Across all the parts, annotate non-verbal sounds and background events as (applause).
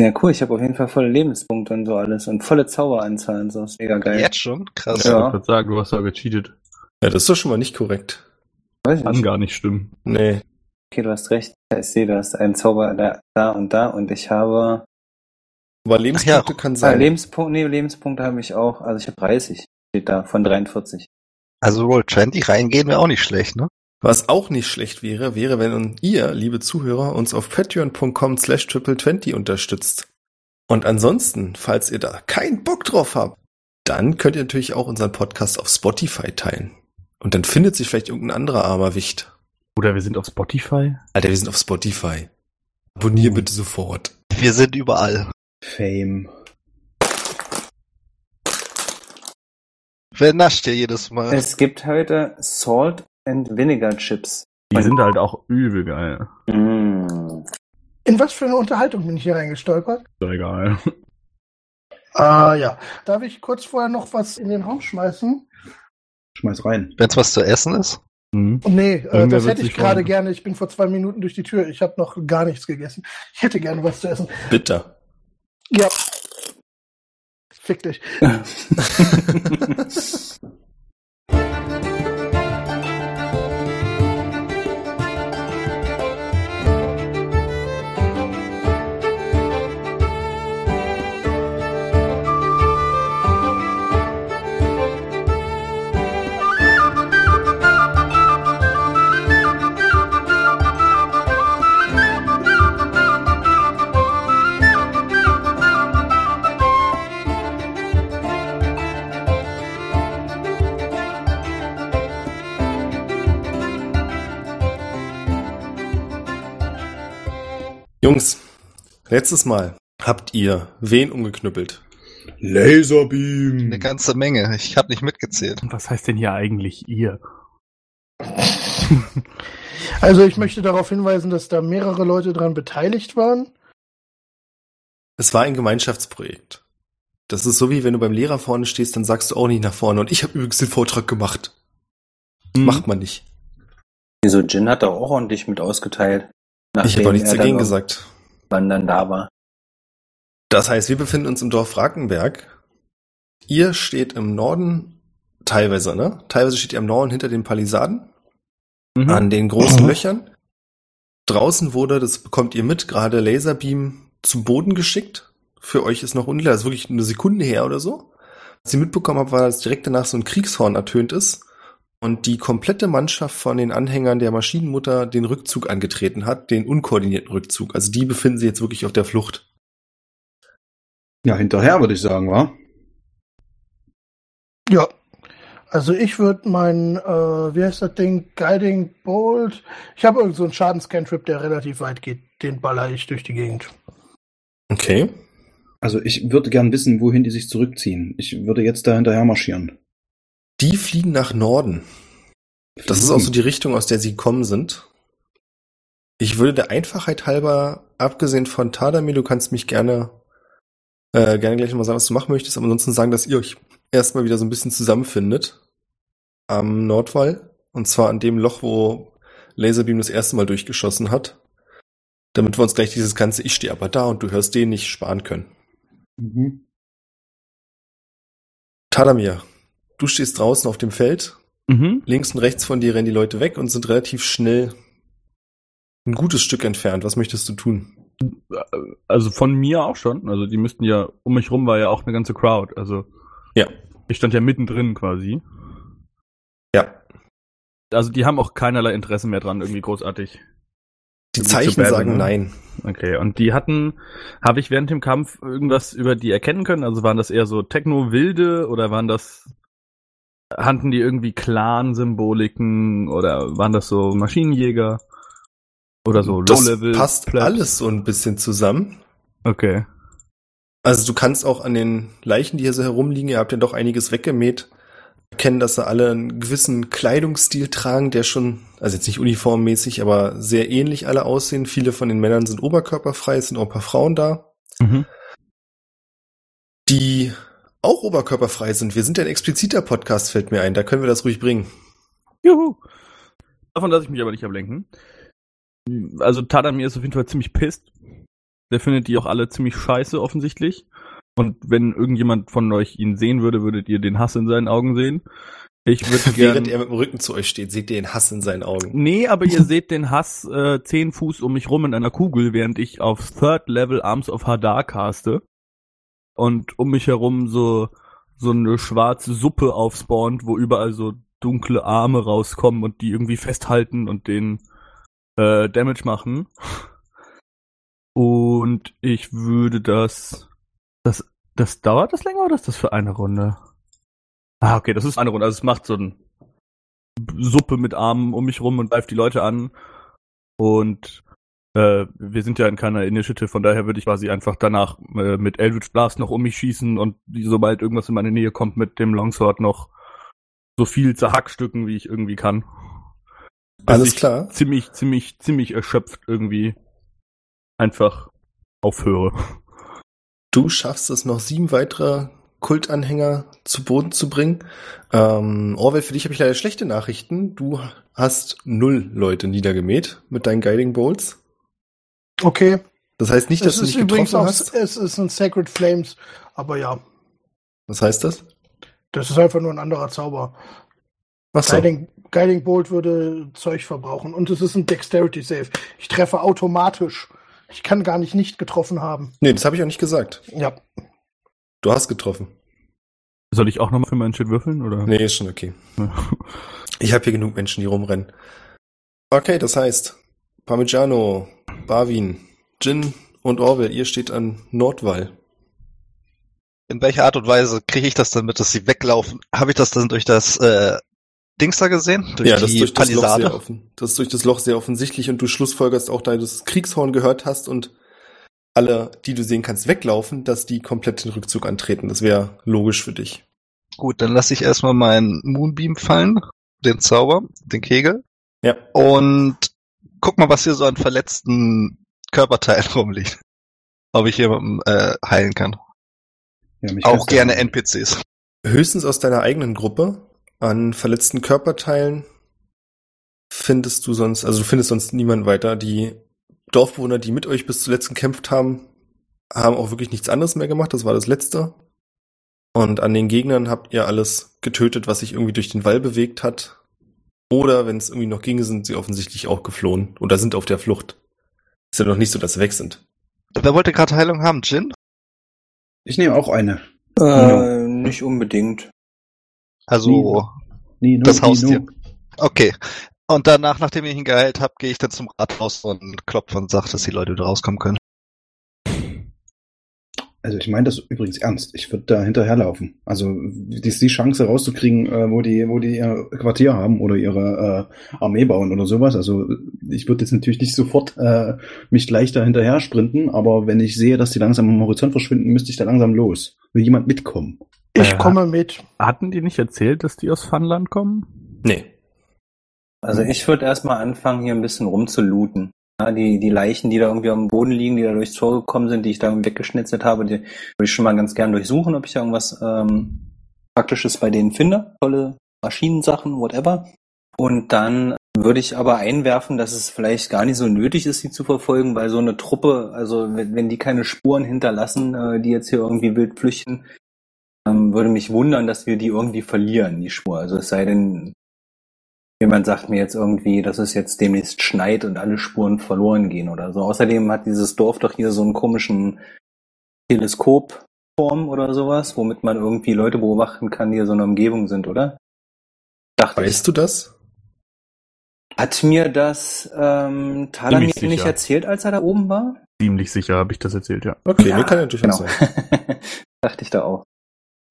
Ja, cool, ich habe auf jeden Fall volle Lebenspunkte und so alles und volle Zauberanzahl und so. Ist mega geil. Jetzt schon? Krass. Ja. Ich würde sagen, du hast da gecheatet. Ja, das ist doch schon mal nicht korrekt. Weiß ich Kann nicht. gar nicht stimmen. Nee. Okay, du hast recht. Ja, Ich sehe, du hast einen Zauber da, da und da und ich habe. Aber Lebenspunkte kann Ah, sein. Lebenspunkte, nee, Lebenspunkte habe ich auch. Also ich habe 30, steht da, von 43. Also Roll 20 reingehen wäre auch nicht schlecht, ne? Was auch nicht schlecht wäre, wäre, wenn ihr, liebe Zuhörer, uns auf patreon.com slash triple20 unterstützt. Und ansonsten, falls ihr da keinen Bock drauf habt, dann könnt ihr natürlich auch unseren Podcast auf Spotify teilen. Und dann findet sich vielleicht irgendein anderer Aberwicht. Oder wir sind auf Spotify. Alter, wir sind auf Spotify. Abonnier bitte sofort. Wir sind überall. Fame. Wer nascht hier jedes Mal? Es gibt heute Salt and Vinegar Chips. Die sind halt auch übel geil. Mm. In was für eine Unterhaltung bin ich hier reingestolpert? Ist doch egal. (laughs) Ah ja. Darf ich kurz vorher noch was in den Raum schmeißen? Schmeiß rein. Wenn's was zu essen ist? Hm. Nee, äh, Irgendwer das wird hätte ich sich gerade freuen. gerne. Ich bin vor zwei Minuten durch die Tür. Ich habe noch gar nichts gegessen. Ich hätte gerne was zu essen. Bitter. Ja. Fick dich. Jungs, letztes Mal habt ihr wen umgeknüppelt? Laserbeam. Eine ganze Menge. Ich habe nicht mitgezählt. Und was heißt denn hier eigentlich ihr? Also ich möchte darauf hinweisen, dass da mehrere Leute dran beteiligt waren. Es war ein Gemeinschaftsprojekt. Das ist so wie wenn du beim Lehrer vorne stehst, dann sagst du auch nicht nach vorne. Und ich habe übrigens den Vortrag gemacht. Mhm. Macht man nicht. Wieso, Jin hat da auch ordentlich mit ausgeteilt. ich habe nachdem auch nichts er dagegen dann gesagt. Wann dann da war. Das heißt, wir befinden uns im Dorf Rakenberg. Ihr steht im Norden, teilweise, ne? Teilweise steht ihr im Norden hinter den Palisaden, Mhm. an den großen Mhm. Löchern. Draußen wurde, das bekommt ihr mit, gerade Laserbeam zum Boden geschickt. Für euch ist noch unklar, ist wirklich eine Sekunde her oder so. Was ich mitbekommen habe, war, dass direkt danach so ein Kriegshorn ertönt ist und die komplette Mannschaft von den Anhängern der Maschinenmutter den Rückzug angetreten hat, den unkoordinierten Rückzug. Also die befinden sich jetzt wirklich auf der Flucht. Ja, hinterher würde ich sagen, wa? Ja. Also ich würde mein, äh, wie heißt das Ding? Guiding Bolt. Ich habe irgend so einen Schadenscantrip, der relativ weit geht. Den baller ich durch die Gegend. Okay. Also ich würde gern wissen, wohin die sich zurückziehen. Ich würde jetzt da hinterher marschieren. Die fliegen nach Norden. Das ist auch so die Richtung, aus der sie gekommen sind. Ich würde der Einfachheit halber, abgesehen von Tadami, du kannst mich gerne, äh, gerne gleich nochmal sagen, was du machen möchtest, aber ansonsten sagen, dass ihr euch erstmal wieder so ein bisschen zusammenfindet am Nordwall. Und zwar an dem Loch, wo Laserbeam das erste Mal durchgeschossen hat. Damit wir uns gleich dieses ganze Ich stehe aber da und du hörst den nicht sparen können. Mhm. Tadamir, du stehst draußen auf dem Feld Mhm. Links und rechts von dir rennen die Leute weg und sind relativ schnell ein gutes Stück entfernt. Was möchtest du tun? Also von mir auch schon. Also die müssten ja, um mich rum war ja auch eine ganze Crowd. Also Ja. ich stand ja mittendrin quasi. Ja. Also die haben auch keinerlei Interesse mehr dran, irgendwie großartig. Die Nicht Zeichen zu bad, sagen ne? nein. Okay, und die hatten, habe ich während dem Kampf irgendwas über die erkennen können? Also waren das eher so Techno-Wilde oder waren das, hatten die irgendwie Clan-Symboliken oder waren das so Maschinenjäger? Oder so das Also Low-Level? passt Plebs? alles so ein bisschen zusammen. Okay. Also du kannst auch an den Leichen, die hier so herumliegen, ihr habt ja doch einiges weggemäht, erkennen, dass sie alle einen gewissen Kleidungsstil tragen, der schon, also jetzt nicht uniformmäßig, aber sehr ähnlich alle aussehen. Viele von den Männern sind oberkörperfrei, es sind auch ein paar Frauen da. Mhm. die auch oberkörperfrei sind. Wir sind ja ein expliziter Podcast, fällt mir ein. Da können wir das ruhig bringen. Juhu! Davon lasse ich mich aber nicht ablenken. Also Tadamir ist auf jeden Fall ziemlich pisst. Der findet die auch alle ziemlich scheiße, offensichtlich. Und wenn irgendjemand von euch ihn sehen würde, würdet ihr den Hass in seinen Augen sehen. Ich würde (laughs) Während er gerne. mit dem Rücken zu euch steht, seht ihr den Hass in seinen Augen. Nee, aber ihr seht den Hass äh, zehn Fuß um mich rum in einer Kugel, während ich auf Third Level Arms of Hadar caste. Und um mich herum so, so eine schwarze Suppe aufspawnt, wo überall so dunkle Arme rauskommen und die irgendwie festhalten und den äh, Damage machen. Und ich würde das. Das, das dauert das länger oder ist das für eine Runde? Ah, okay, das ist eine Runde. Also es macht so ein Suppe mit Armen um mich rum und greift die Leute an. Und äh, wir sind ja in keiner Initiative, von daher würde ich quasi einfach danach äh, mit Eldritch Blast noch um mich schießen und die, sobald irgendwas in meine Nähe kommt, mit dem Longsword noch so viel zerhackstücken, wie ich irgendwie kann. Bis Alles ich klar. Ziemlich, ziemlich, ziemlich erschöpft irgendwie einfach aufhöre. Du schaffst es noch sieben weitere Kultanhänger zu Boden zu bringen. Ähm, Orwell, für dich habe ich leider schlechte Nachrichten. Du hast null Leute niedergemäht mit deinen Guiding Bolts. Okay. Das heißt nicht, dass Es du ist nicht übrigens getroffen auch, hast. es ist ein Sacred Flames, aber ja, Was heißt das? das ist einfach nur ein anderer Zauber. Ach so. Guiding, Guiding Bolt würde Zeug verbrauchen und es ist ein Dexterity Save. Ich treffe automatisch. Ich kann gar nicht nicht getroffen haben. Nee, das habe ich auch nicht gesagt. Ja, Du hast getroffen. Soll ich auch nochmal für meinen Shit würfeln, oder? Nee, ist schon okay. Ich habe hier genug Menschen, die rumrennen. Okay, das heißt, Parmigiano, Barwin, Jin und Orwell, ihr steht an Nordwall. In welcher Art und Weise kriege ich das denn mit, dass sie weglaufen? Habe ich das denn durch das äh, Dings da gesehen? Durch die Loch sehr Palisade? offen. Das ist durch das Loch sehr offensichtlich und du schlussfolgerst auch, da du das Kriegshorn gehört hast und alle, die du sehen kannst, weglaufen, dass die komplett den Rückzug antreten. Das wäre logisch für dich. Gut, dann lasse ich erstmal meinen Moonbeam fallen, den Zauber, den Kegel, Ja. Oh, und guck mal, was hier so an verletzten Körperteilen (laughs) rumliegt. Ob ich jemanden äh, heilen kann. Ja, mich Auch kannst du- gerne NPCs. Höchstens aus deiner eigenen Gruppe an verletzten Körperteilen findest du sonst, also du findest sonst niemanden weiter. Die Dorfbewohner, die mit euch bis zuletzt gekämpft haben, haben auch wirklich nichts anderes mehr gemacht. Das war das letzte. Und an den Gegnern habt ihr alles getötet, was sich irgendwie durch den Wall bewegt hat. Oder wenn es irgendwie noch ging, sind sie offensichtlich auch geflohen oder sind auf der Flucht. Ist ja noch nicht so, dass sie weg sind. Wer wollte gerade Heilung haben? Jin? Ich nehme auch eine. Äh, nicht unbedingt. Also, Nee, Das Haustier. okay. Und danach, nachdem ich ihn geheilt habe, gehe ich dann zum Rathaus und klopfe und sage, dass die Leute wieder rauskommen können. Also ich meine das übrigens ernst. Ich würde da hinterherlaufen. Also die, die Chance rauszukriegen, äh, wo die, wo die ihr Quartier haben oder ihre äh, Armee bauen oder sowas. Also ich würde jetzt natürlich nicht sofort äh, mich gleich da hinterher sprinten, aber wenn ich sehe, dass die langsam am Horizont verschwinden, müsste ich da langsam los. Will jemand mitkommen? ich Äh, komme mit. Hatten die nicht erzählt, dass die aus Funland kommen? Nee. Also ich würde erstmal anfangen, hier ein bisschen rumzulooten. Ja, die, die Leichen, die da irgendwie am Boden liegen, die da durchs Tor gekommen sind, die ich da irgendwie weggeschnitzelt habe, die würde ich schon mal ganz gern durchsuchen, ob ich da irgendwas ähm, Praktisches bei denen finde. Tolle Maschinensachen, whatever. Und dann würde ich aber einwerfen, dass es vielleicht gar nicht so nötig ist, sie zu verfolgen, weil so eine Truppe, also wenn, wenn die keine Spuren hinterlassen, äh, die jetzt hier irgendwie wild flüchten, ähm, würde mich wundern, dass wir die irgendwie verlieren, die Spur. Also es sei denn, Jemand sagt mir jetzt irgendwie, dass es jetzt demnächst schneit und alle Spuren verloren gehen oder so. Außerdem hat dieses Dorf doch hier so einen komischen Teleskopform oder sowas, womit man irgendwie Leute beobachten kann, die in so einer Umgebung sind, oder? Dachte Weißt du das? ich. Hat mir das ähm, Thaler mir Ziemlich nicht sicher. erzählt, als er da oben war? Ziemlich sicher habe ich das erzählt, ja. Okay, Ja, nee, kann ja natürlich Genau. sein. (laughs) Dachte ich da auch.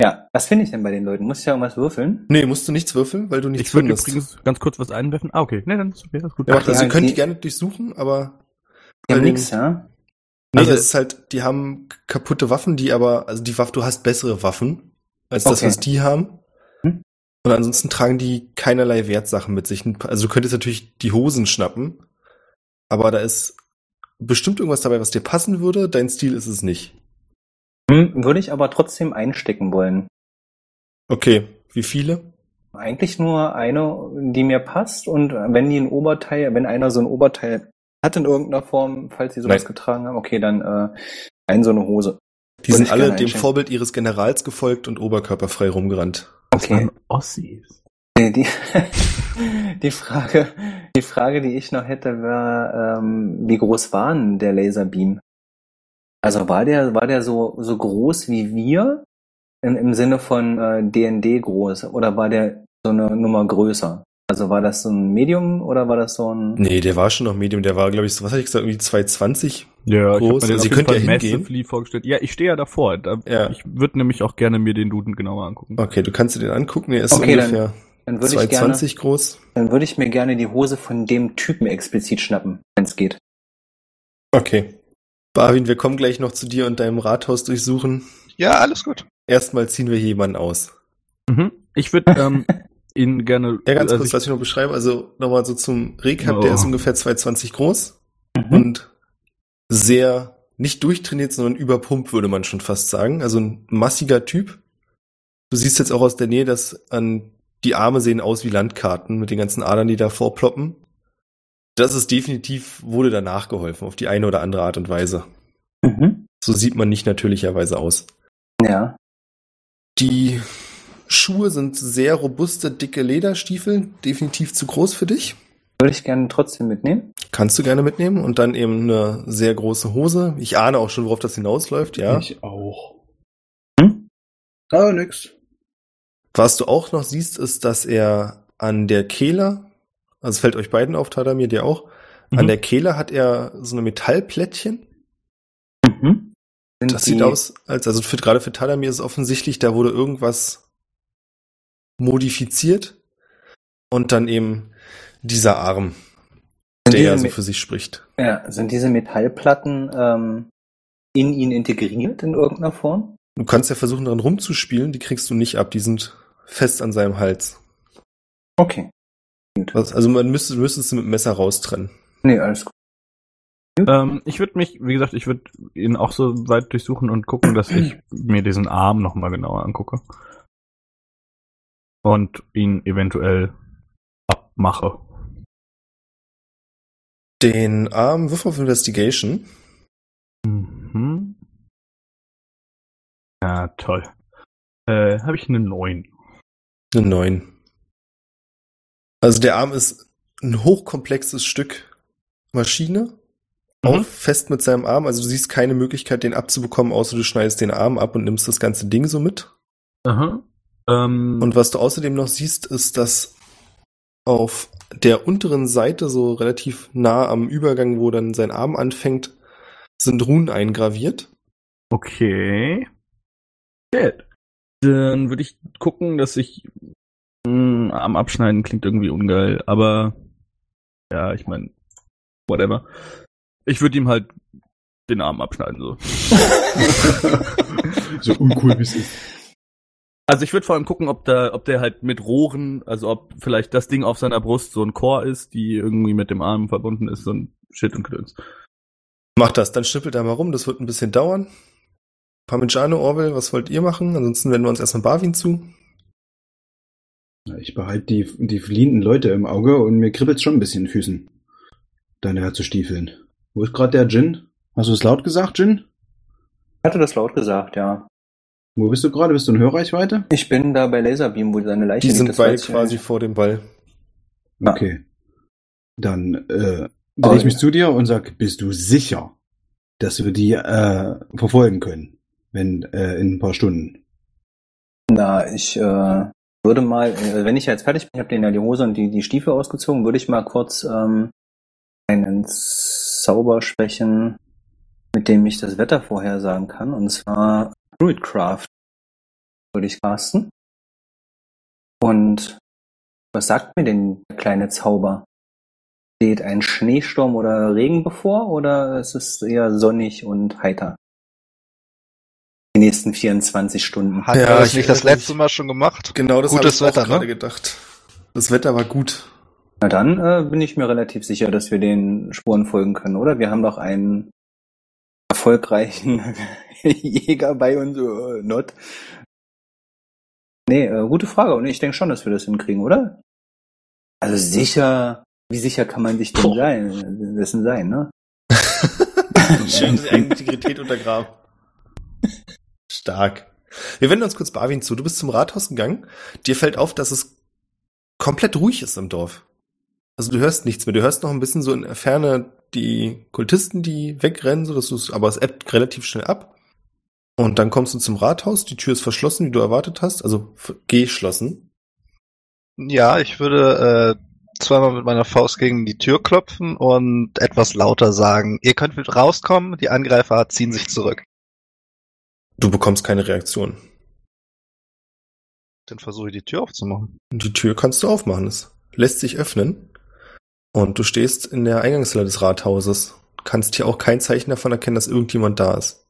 Ja, was finde ich denn bei den Leuten? Muss ich ja irgendwas würfeln? Nee, musst du nichts würfeln, weil du nichts ich würde findest. übrigens ganz kurz was einwerfen. Ah, okay. Nee, dann ist okay, alles gut. Ja, Ach, macht, also ja, ihr könnt die die- gerne durchsuchen, aber Die haben Ähm, nix, ja? nee, Also- also es ist halt, die haben kaputte Waffen, die aber, also die Waffe, du hast bessere Waffen als das, Okay. was die haben. Hm. Und ansonsten tragen die keinerlei Wertsachen mit sich. Ein paar- Also du könntest natürlich die Hosen schnappen, aber da ist bestimmt irgendwas dabei, was dir passen würde. Dein Stil ist es nicht. Hm, würde ich aber trotzdem einstecken wollen. Okay, wie viele? Eigentlich nur eine, die mir passt und wenn die ein Oberteil, wenn einer so ein Oberteil hat in irgendeiner Form, falls sie sowas Nein. getragen haben, okay, dann äh, ein so eine Hose. Die Würde sind ich alle gerne dem einschenken. Vorbild ihres Generals gefolgt und oberkörperfrei rumgerannt. Okay. Ossis. Nee, Die, (laughs) die, Frage, die Frage, die ich noch hätte, wäre, ähm, wie groß war denn der Laserbeam? Also war der, war der so, so groß wie wir in, im Sinne von äh, DND groß oder war der so eine Nummer größer? Also war das so ein Medium oder war das so ein... Nee, der war schon noch Medium, der war, glaube ich, so- was hatte ich gesagt, irgendwie 220? Ja, ich hab mir den Groß. Sie auf jeden könnt Fall ja hingehen. massively vorgestellt. Ja, ich stehe ja davor. Da, Ja. Ich würde nämlich auch gerne mir den Duden genauer angucken. Okay, du kannst dir den angucken, der ist Okay, dann ungefähr Dann würde ich gerne, 220 groß. dann würde ich mir gerne die Hose von dem Typen explizit schnappen, wenn es geht. Okay. Barwin, wir kommen gleich noch zu dir und deinem Rathaus durchsuchen. Ja, alles gut. Erstmal ziehen wir hier jemanden aus. Mhm. Ich würde (laughs) ähm, ihn gerne. Ja, ganz also kurz, lass mich noch beschreiben. Also nochmal so zum Recap, der Oh. ist ungefähr 220 groß Mhm. und sehr nicht durchtrainiert, sondern überpumpt, würde man schon fast sagen. Also ein massiger Typ. Du siehst jetzt auch aus der Nähe, dass an die Arme sehen aus wie Landkarten mit den ganzen Adern, die da vorploppen. Das ist definitiv, wurde danach geholfen, auf die eine oder andere Art und Weise. Mhm. So sieht man nicht natürlicherweise aus. Ja. Die Schuhe sind sehr robuste, dicke Lederstiefel, definitiv zu groß für dich. Würde ich gerne trotzdem mitnehmen. Kannst du gerne mitnehmen und dann eben eine sehr große Hose. Ich ahne auch schon, worauf das hinausläuft, ja. Ich auch. Hm? Ah, nix. Was du auch noch siehst, ist, dass er an der Kehle, also es fällt euch beiden auf, Tadamir, dir auch, an Mhm. der Kehle hat er so eine Metallplättchen. Mhm. Sind Das sieht die- aus, als, also für, gerade für Tadamir ist offensichtlich, da wurde irgendwas modifiziert und dann eben dieser Arm, sind der also diese ja so Me- für sich spricht. Ja, sind diese Metallplatten ähm, in ihn integriert in irgendeiner Form? Du kannst ja versuchen, daran rumzuspielen, die kriegst du nicht ab, die sind fest an seinem Hals. Okay. Was, also man müsste, müsste es mit dem Messer raustrennen. Nee, alles gut. Ähm, ich würde mich, wie gesagt, ich würde ihn auch so weit durchsuchen und gucken, dass ich mir diesen Arm nochmal genauer angucke. Und ihn eventuell abmache. Den Arm wirf auf Investigation. Mhm. Ja, toll. Äh, habe ich eine 9. Eine 9. Also der Arm ist ein hochkomplexes Stück Maschine. Auch Mhm. fest mit seinem Arm. Also du siehst keine Möglichkeit, den abzubekommen, außer du schneidest den Arm ab und nimmst das ganze Ding so mit. Aha. Ähm, Und was du außerdem noch siehst, ist, dass auf der unteren Seite, so relativ nah am Übergang, wo dann sein Arm anfängt, sind Runen eingraviert. okay. Shit. Dann würde ich gucken, dass ich mh, am Abschneiden klingt irgendwie ungeil, aber ja, ich meine, whatever. Ich würde ihm halt den Arm abschneiden so. So uncool wie es ist. Also ich würde vor allem gucken, ob da, ob der halt mit Rohren, also ob vielleicht das Ding auf seiner Brust so ein Chor ist, die irgendwie mit dem Arm verbunden ist, so ein Shit und Gedöns. Mach das, dann schnippelt da mal rum, das wird ein bisschen dauern. Parmigiano, Orwell, was wollt ihr machen? Ansonsten wenden wir uns erstmal Barwin zu. Ja, Ich behalte die, die fliehenden Leute im Auge und mir kribbelt's schon ein bisschen in den Füßen. Deine Herr zu stiefeln. Wo ist gerade der Jin? Hast du es laut gesagt, Jin? Ich hatte das laut gesagt, ja. Wo bist du gerade? Bist du in Hörreichweite? Ich bin da bei Laserbeam, wo seine Leiche Die liegt, sind das beide weiß ich quasi ja. vor dem Ball. Ja. Okay. Dann äh, Oh, drehe ich mich ja. zu dir und sag, bist du sicher, dass wir die äh, verfolgen können? Wenn äh, in ein paar Stunden. Na, ich äh, würde mal, äh, wenn ich jetzt fertig bin, ich habe denen ja die Hose und die, die Stiefel ausgezogen, würde ich mal kurz ähm, einen Zauber schwächen, mit dem ich das Wetter vorhersagen kann, und zwar Druidcraft würde ich casten. Und was sagt mir denn der kleine Zauber? Steht ein Schneesturm oder Regen bevor oder ist es eher sonnig und heiter? Die nächsten 24 Stunden. Hat Ja, er das ich nicht das erinnere letzte mich. Mal schon gemacht? Genau das habe Gutes ich auch Wetter, ne? gerade gedacht. Das Wetter (laughs) war gut. Na dann äh, bin ich mir relativ sicher, dass wir den Spuren folgen können, oder? Wir haben doch einen erfolgreichen (laughs) Jäger bei uns, äh, not. Nee, äh, gute Frage. Und ich denke schon, dass wir das hinkriegen, oder? Also sicher Wie sicher kann man sich denn Puh. sein, dessen sein, ne? Schön, dass die eigene Integrität untergraben. Stark. Wir wenden uns kurz Barwin zu. Du bist zum Rathaus gegangen. Dir fällt auf, dass es komplett ruhig ist im Dorf. Also du hörst nichts mehr. Du hörst noch ein bisschen so in der Ferne die Kultisten, die wegrennen, so dass du es, aber es ebbt relativ schnell ab. Und dann kommst du zum Rathaus. Die Tür ist verschlossen, wie du erwartet hast. Also f- geschlossen. Ja, ich würde äh, zweimal mit meiner Faust gegen die Tür klopfen und etwas lauter sagen, ihr könnt mit rauskommen, die Angreifer ziehen sich zurück. Du bekommst keine Reaktion. Dann versuche ich die Tür aufzumachen. Die Tür kannst du aufmachen. Es lässt sich öffnen. Und du stehst in der Eingangshalle des Rathauses. Kannst hier auch kein Zeichen davon erkennen, dass irgendjemand da ist.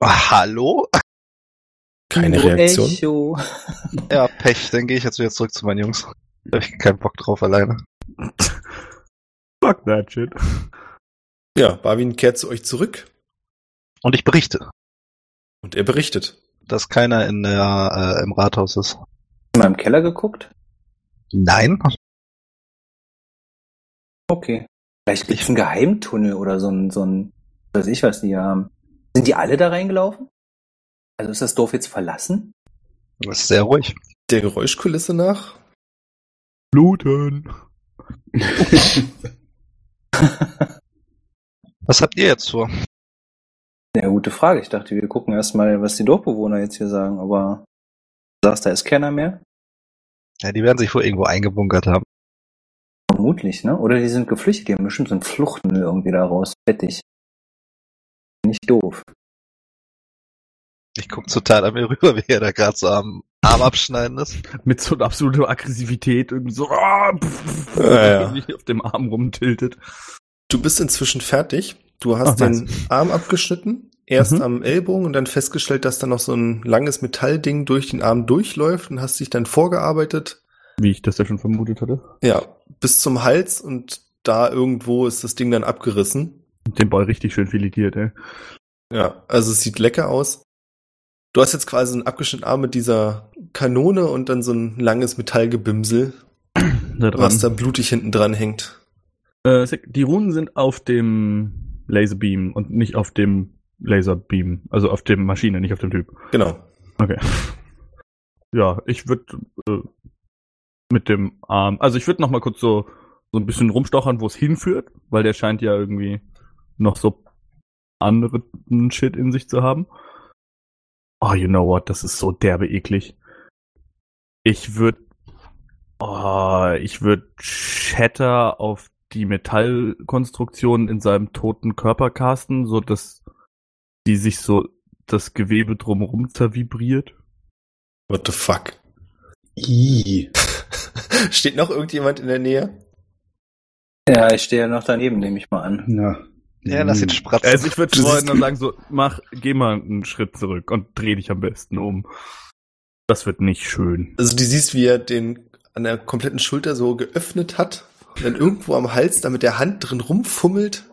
Ah, hallo? Keine Du Reaktion. Echo. Ja, Pech, dann gehe ich jetzt wieder zurück zu meinen Jungs. Da hab ich keinen Bock drauf alleine. Fuck that shit. Ja, Barwin kehrt zu euch zurück Und ich berichte, und er berichtet. dass keiner in der, äh, im Rathaus ist. Mal im Keller geguckt? Nein, Okay. Vielleicht gibt's einen Geheimtunnel oder so ein, so ein, weiß ich was die haben. Sind die alle da reingelaufen? Also ist das Dorf jetzt verlassen? das ist sehr ruhig. Der Geräuschkulisse nach Bluten. Was habt ihr jetzt vor? Ja, gute Frage. Ich dachte, wir gucken erstmal, was die Dorfbewohner jetzt hier sagen, aber du sagst, da ist keiner mehr? Ja, die werden sich wohl irgendwo eingebunkert haben. Vermutlich, ne? Oder die sind geflüchtet, die haben bestimmt so einen Fluchtmüll irgendwie da raus. Fettig. Nicht doof. Ich guck total an mir rüber, (laughs) wie er da gerade so am Arm abschneiden ist. Mit so einer absoluten Aggressivität irgendwie so ah, pff, pff, Ja, ja. sich auf dem Arm rumtiltet. Du bist inzwischen fertig. Du hast Ach, den Arm abgeschnitten, erst Mhm. am Ellbogen und dann festgestellt, dass da noch so ein langes Metallding durch den Arm durchläuft und hast dich dann vorgearbeitet. Wie ich das ja schon vermutet hatte. Ja, bis zum Hals und da irgendwo ist das Ding dann abgerissen. Den Boy richtig schön filetiert, ey. Ja, also es sieht lecker aus. Du hast jetzt quasi einen abgeschnittenen Arm mit dieser Kanone und dann so ein langes Metallgebimsel, Da was da blutig hinten dran hängt. Äh, Sek, die Runen sind auf dem Laserbeam und nicht auf dem Laserbeam. Also auf dem Maschine, nicht auf dem Typ. Genau. Okay. Ja, ich würde äh, mit dem Arm, also ich würde noch mal kurz so, so ein bisschen rumstochern, wo es hinführt, weil der scheint ja irgendwie noch so anderen Shit in sich zu haben. Oh, you know what, das ist so derbe eklig. Ich würde oh, ich würde Shatter auf die Metallkonstruktion in seinem toten Körper casten, so dass die sich so das Gewebe drumherum zervibriert. What the fuck? Ih. (laughs) Steht noch irgendjemand in der Nähe? Ja, ich stehe ja noch daneben, nehme ich mal an. (laughs) Na. Ja, lass ihn Hm. spratzen. Also ich würde Du vorhin siehst- dann sagen, so, mach, geh mal einen Schritt zurück und dreh dich am besten um. Das wird nicht schön. Also du siehst, wie er den an der kompletten Schulter so geöffnet hat und dann irgendwo am Hals da mit der Hand drin rumfummelt.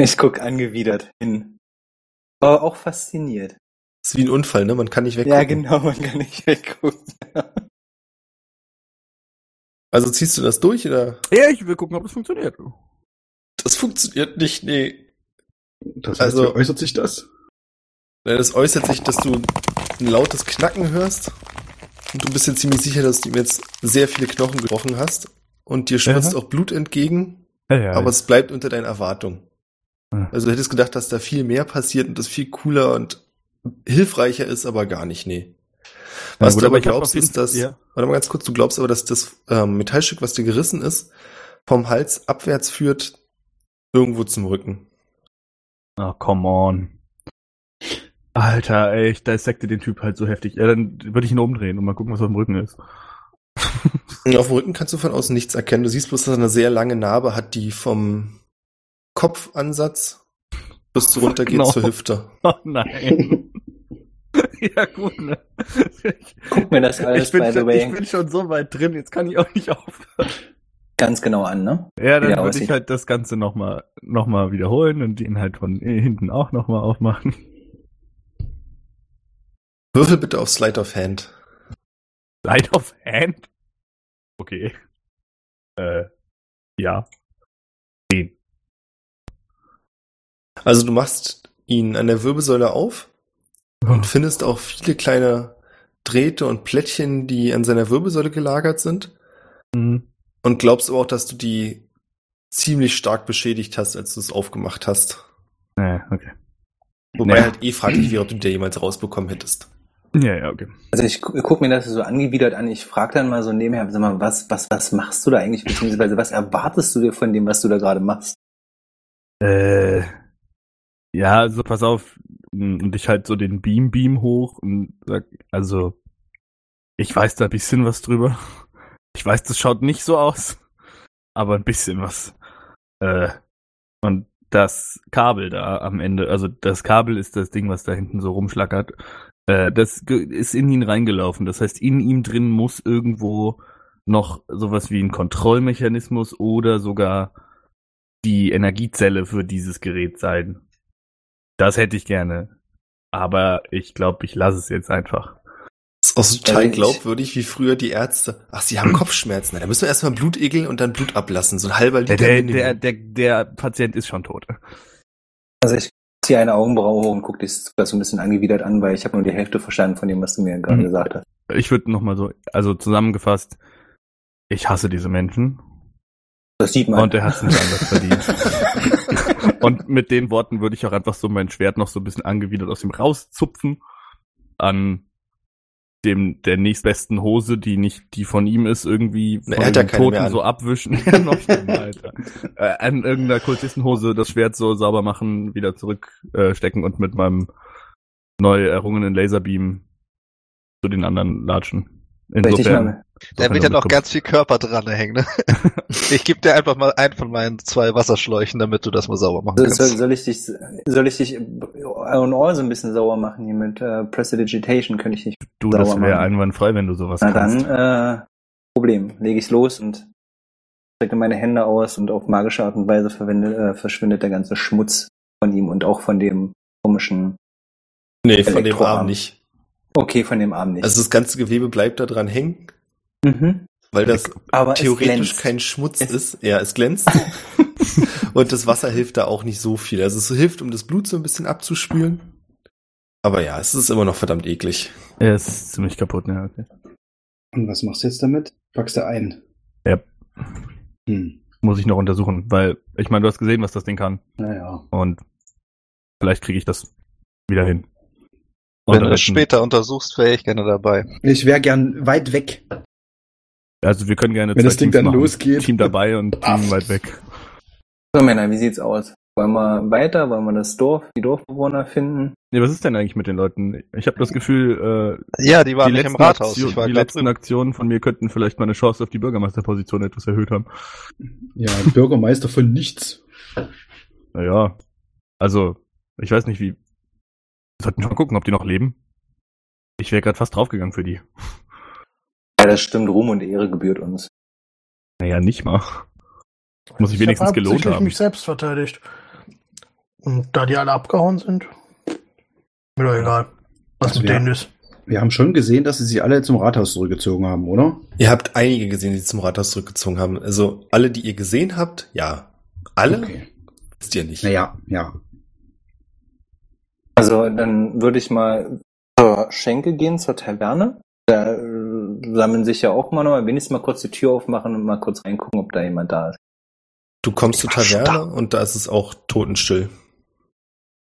Ich guck angewidert hin. Aber auch fasziniert. ist wie ein Unfall, ne? Man kann nicht weggucken. Ja, genau, man kann nicht (laughs) weggucken. Also ziehst du das durch oder? Ja, ich will gucken, ob das funktioniert. Das funktioniert nicht, nee. Das heißt, Also- wie äußert sich das? Ja, Das äußert sich, dass du ein lautes Knacken hörst. Und du bist dir ziemlich sicher, dass du ihm jetzt sehr viele Knochen gebrochen hast. Und dir spritzt Aha. auch Blut entgegen, Ja, ja, aber es bleibt unter deinen Erwartungen. Ah. Also du hättest gedacht, dass da viel mehr passiert und das viel cooler und hilfreicher ist, aber gar nicht, nee. Na Was gut, du aber ich hab glaubst, auf jeden- ist, dass, Ja. warte mal ganz kurz, du glaubst aber, dass das ähm, Metallstück, was dir gerissen ist, vom Hals abwärts führt, irgendwo zum Rücken. Ah, come on. Alter, ey, ich dissekte den Typ halt so heftig. Ja, dann würde ich ihn umdrehen und mal gucken, was auf dem Rücken ist. (laughs) Und Auf dem Rücken kannst du von außen nichts erkennen. Du siehst bloß, dass er eine sehr lange Narbe hat, die vom Kopfansatz bis zu runter geht no. zur Hüfte. Oh nein. (laughs) ja, gut, ne? Ich, Guck mir das alles, ich, bin by the schon, ich way, bin schon so weit drin, jetzt kann ich auch nicht aufhören. ganz genau an, ne? Ja, dann Ja, aber würde ich sie- halt das Ganze nochmal noch mal wiederholen und den halt von hinten auch nochmal aufmachen. (laughs) Würfel bitte auf Slide of Hand. Light of Hand? Okay. Äh, ja. Also du machst ihn an der Wirbelsäule auf und findest auch viele kleine Drähte und Plättchen, die an seiner Wirbelsäule gelagert sind. Mhm. Und glaubst aber auch, dass du die ziemlich stark beschädigt hast, als du es aufgemacht hast. Äh, okay. Wobei Ja. halt eh fraglich wäre, ob du die da jemals rausbekommen hättest. Ja, ja, okay. Also ich gu- guck mir das so angewidert an. Ich frage dann mal so nebenher, sag mal, was, was, was machst du da eigentlich? Beziehungsweise was erwartest du dir von dem, was du da gerade machst? Äh, ja, also pass auf. m, Und ich halt so den Beam Beam hoch und sag, also, ich weiß da ein bisschen was drüber. (laughs) Ich weiß, das schaut nicht so aus, (laughs) aber ein bisschen was. Äh, und das Kabel da am Ende, also das Kabel ist das Ding, was da hinten so rumschlackert, äh, das ge- ist in ihn reingelaufen. Das heißt, in ihm drin muss irgendwo noch sowas wie ein Kontrollmechanismus oder sogar die Energiezelle für dieses Gerät sein. Das hätte ich gerne. Aber ich glaube, ich lasse es jetzt einfach. Das ist auch so total Also ich- glaubwürdig, wie früher die Ärzte. Ach, sie haben Kopfschmerzen. Na, Da müssen wir erstmal Blut ekeln und dann Blut ablassen. So ein halber Liter. Der, der, Minimum. der, der, der Patient ist schon tot. Also ich ziehe eine Augenbraue hoch und gucke dich so ein bisschen angewidert an, weil ich habe nur die Hälfte verstanden von dem, was du mir gerade Mhm. gesagt hast. Ich würde nochmal so, also zusammengefasst, ich hasse diese Menschen. Das sieht man. Und er hat es nicht anders verdient. (laughs) und mit den Worten würde ich auch einfach so mein Schwert noch so ein bisschen angewidert aus ihm rauszupfen an dem der nächstbesten Hose, die nicht die von ihm ist, irgendwie Na, von er hat ja dem keine mehr Toten an. so abwischen. (laughs) Ja, noch schlimmer, Alter. Äh, an irgendeiner Kultistenhose das Schwert so sauber machen, wieder zurückstecken äh, stecken und mit meinem neu errungenen Laserbeam zu den anderen latschen. Richtig, Insofern. Mann. Da wird ja noch ganz viel Körper dran hängen. (laughs) Ne? ich gebe dir einfach mal einen von meinen zwei Wasserschläuchen, damit du das mal sauber machen So, soll, kannst. soll ich dich, soll ich dich on all so ein bisschen sauer machen hier mit äh, Prestidigitation könnte ich nicht. Du, sauer das machen. wäre einwandfrei, wenn du sowas Na kannst. dann, äh, Problem. Lege ich los und strecke meine Hände aus und auf magische Art und Weise verwende, äh, verschwindet der ganze Schmutz von ihm und auch von dem komischen, nee, von dem Elektroarm. Arm nicht. okay, von dem Arm nicht. Also das ganze Gewebe bleibt da dran hängen, mhm. weil das Aber theoretisch es glänzt. kein Schmutz Es- ist. Ja, es glänzt. und das Wasser hilft da auch nicht so viel. Also es hilft, um das Blut so ein bisschen abzuspülen. Aber ja, es ist immer noch verdammt eklig. Er ist ziemlich kaputt, ne? Okay. Und was machst du jetzt damit? Packst du ein? Ja. Hm, Muss ich noch untersuchen, weil ich meine, du hast gesehen, was das Ding kann. naja. Und vielleicht kriege ich das wieder hin. Und Wenn du das retten- später untersuchst, wäre ich gerne dabei. Ich wäre gern weit weg. Also wir können gerne Wenn zwei das Ding Teams dann losgeht. Team dabei und (laughs) Team weit weg. So, Männer, wie sieht's aus? Wollen wir weiter? Wollen wir das Dorf, die Dorfbewohner finden? Nee, was ist denn eigentlich mit den Leuten? Ich habe das Gefühl, äh, Ja, die waren die, nicht im letzten, Rathaus. Aktion, Ich war die gerade letzten drüben. Aktionen von mir könnten vielleicht meine Chance auf die Bürgermeisterposition etwas erhöht haben. Ja, Bürgermeister von nichts. Naja, also ich weiß nicht, wie... Wir sollten schon gucken, ob die noch leben. Ich wäre gerade fast draufgegangen für die. Ja, das stimmt. Ruhm und Ehre gebührt uns. Naja, nicht mal. Muss ich hab wenigstens gelohnt hauptsächlich haben. mich selbst verteidigt. Und da die alle abgehauen sind, mir doch egal, was Also mit wir- denen ist. Wir haben schon gesehen, dass sie sich alle zum Rathaus zurückgezogen haben, oder? Ihr habt einige gesehen, die sich zum Rathaus zurückgezogen haben. Also alle, die ihr gesehen habt, ja. Alle Okay. wisst ihr nicht. Naja, ja. Also dann würde ich mal zur Schenke gehen, zur Taverne. Da äh, sammeln sich ja auch mal nochmal, wenigstens mal kurz die Tür aufmachen und mal kurz reingucken, ob da jemand da ist. Du kommst zur Taverne und da ist es auch totenstill.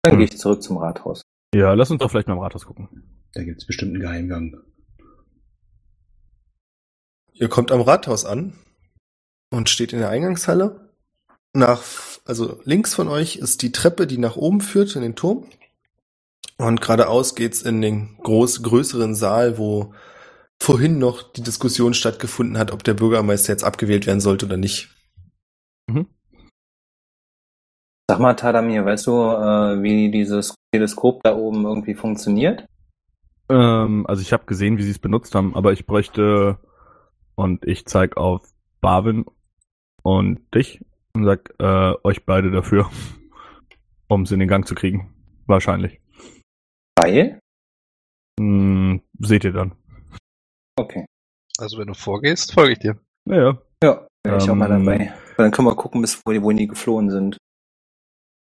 Dann Hm. gehe ich zurück zum Rathaus. Ja, lass uns doch vielleicht mal im Rathaus gucken. Da gibt's bestimmt einen Geheimgang. Ihr kommt am Rathaus an und steht in der Eingangshalle. Nach, also links von euch ist die Treppe, die nach oben führt in den Turm. Und geradeaus geht's in den groß, größeren Saal, wo vorhin noch die Diskussion stattgefunden hat, ob der Bürgermeister jetzt abgewählt werden sollte oder nicht. Sag mal, Tadamir, weißt du, äh, wie dieses Teleskop da oben irgendwie funktioniert? Ähm, also ich habe gesehen, wie sie es benutzt haben, aber ich bräuchte und ich zeig auf Barwin und dich und sag äh, euch beide dafür, (laughs) um es in den Gang zu kriegen. Wahrscheinlich. Weil? Hm, seht ihr dann. Okay. Also wenn du vorgehst, folge ich dir. Naja. Ja, Wäre ich auch mal Ähm, dabei. Weil dann können wir gucken, bis wohin die, wohin die geflohen sind.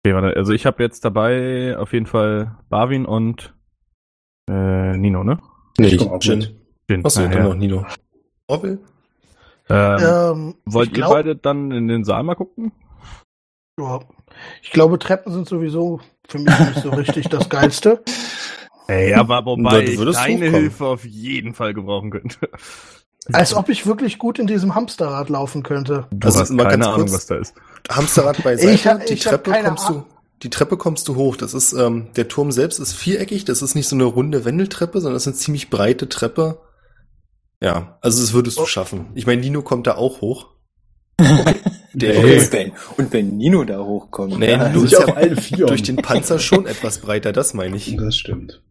Okay, warte, also ich habe jetzt dabei auf jeden Fall Barwin und äh, Nino, ne? Nee, Ich komm auch Jin. Den, Achso, ah, immer ja. noch Nino. Orwell? ähm, Ähm, wollt ich ihr glaub- beide dann in den Saal mal gucken? Ja. Ich glaube, Treppen sind sowieso für mich nicht so richtig das Geilste. (laughs) Ey, (laughs) aber wobei ich deine Hilfe auf jeden Fall gebrauchen könnte. Als ob ich wirklich gut in diesem Hamsterrad laufen könnte. Du Also, hast mal keine ganz Ahnung, kurz- was da ist. Hamsterrad beiseite. Ich hab- die ich hab Treppe keine kommst du. Ahnung. Die Treppe kommst du hoch. Das ist ähm, der Turm selbst ist viereckig. Das ist nicht so eine runde Wendeltreppe, sondern das ist eine ziemlich breite Treppe. Ja, also das würdest Oh. du schaffen. Ich meine, Nino kommt da auch hoch. Der Okay. ist Und, wenn, und wenn Nino da hochkommt, Nee, ja, Nino das ist ist ja- ja auf allen vier. durch den Panzer schon etwas breiter. Das meine ich. das stimmt.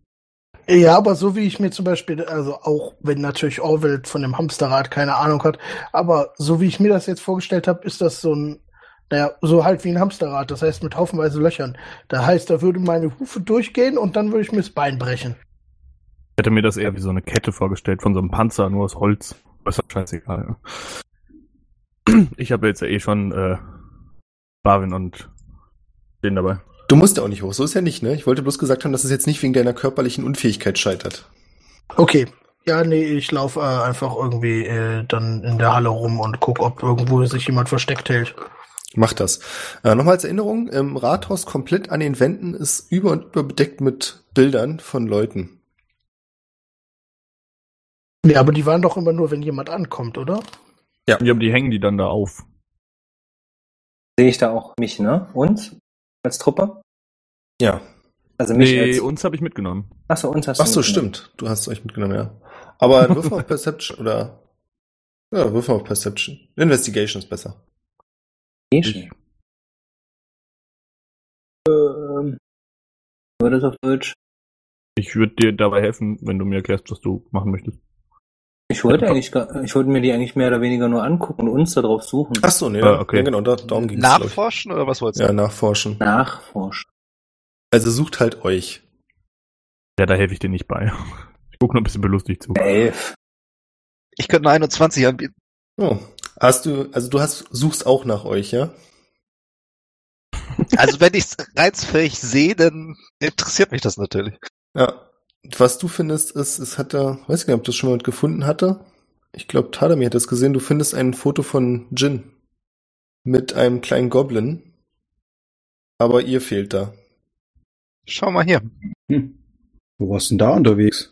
Ja, aber so wie ich mir zum Beispiel, also auch wenn natürlich Orwell von dem Hamsterrad keine Ahnung hat, aber so wie ich mir das jetzt vorgestellt habe, ist das so ein, naja, so halt wie ein Hamsterrad, das heißt mit haufenweise Löchern. Da heißt, da würde meine Hufe durchgehen und dann würde ich mir das Bein brechen. Ich hätte mir das eher wie so eine Kette vorgestellt von so einem Panzer, nur aus Holz. Ist doch scheißegal. Ja. (clears throat) Ich habe jetzt ja eh schon äh, Barwin und den dabei. Du musst ja auch nicht hoch. So ist ja nicht, ne? Ich wollte bloß gesagt haben, dass es jetzt nicht wegen deiner körperlichen Unfähigkeit scheitert. Okay. Ja, nee, ich laufe äh, einfach irgendwie äh, dann in der Halle rum und guck, ob irgendwo sich jemand versteckt hält. Mach das. Äh, Nochmal als Erinnerung, im Rathaus komplett an den Wänden ist über und über bedeckt mit Bildern von Leuten. Ja, aber die waren doch immer nur, wenn jemand ankommt, oder? Ja, aber die hängen die dann da auf. sehe ich da auch mich, ne? Uns? Als Truppe? Ja. Also mich Nee, als. uns habe ich mitgenommen. Achso, uns hast Ach so, mitgenommen. stimmt. Du hast euch mitgenommen, ja. (laughs) Aber wirf mal auf Perception oder ja, wirf mal auf Perception. Investigation ist besser. Ich. Ähm, würde das auf Deutsch? Ich würde dir dabei helfen, wenn du mir erklärst, was du machen möchtest. Ich wollte eigentlich, gar- ich wollte mir die eigentlich mehr oder weniger nur angucken und uns darauf suchen. Ach so, nee, Ah, okay. ja, genau, da, darum ging es. Nachforschen oder was wolltest du? Ja, nachforschen. Nachforschen. Also sucht halt euch. Ja, da helfe ich dir nicht bei. (laughs) Ich guck nur ein bisschen belustigt zu. Elf. Ich könnte eine 21 anbieten. Oh. Hast du, also du hast, suchst auch nach euch, ja? Also wenn ich reizfähig sehe, dann interessiert mich das natürlich. Ja. Was du findest, ist, es hat da, weiß ich gar nicht, ob das schon jemand gefunden hatte. Ich glaube, Tadami hat das gesehen. Du findest ein Foto von Jin. Mit einem kleinen Goblin. Aber ihr fehlt da. Schau mal hier. Hm. Wo warst du denn da unterwegs?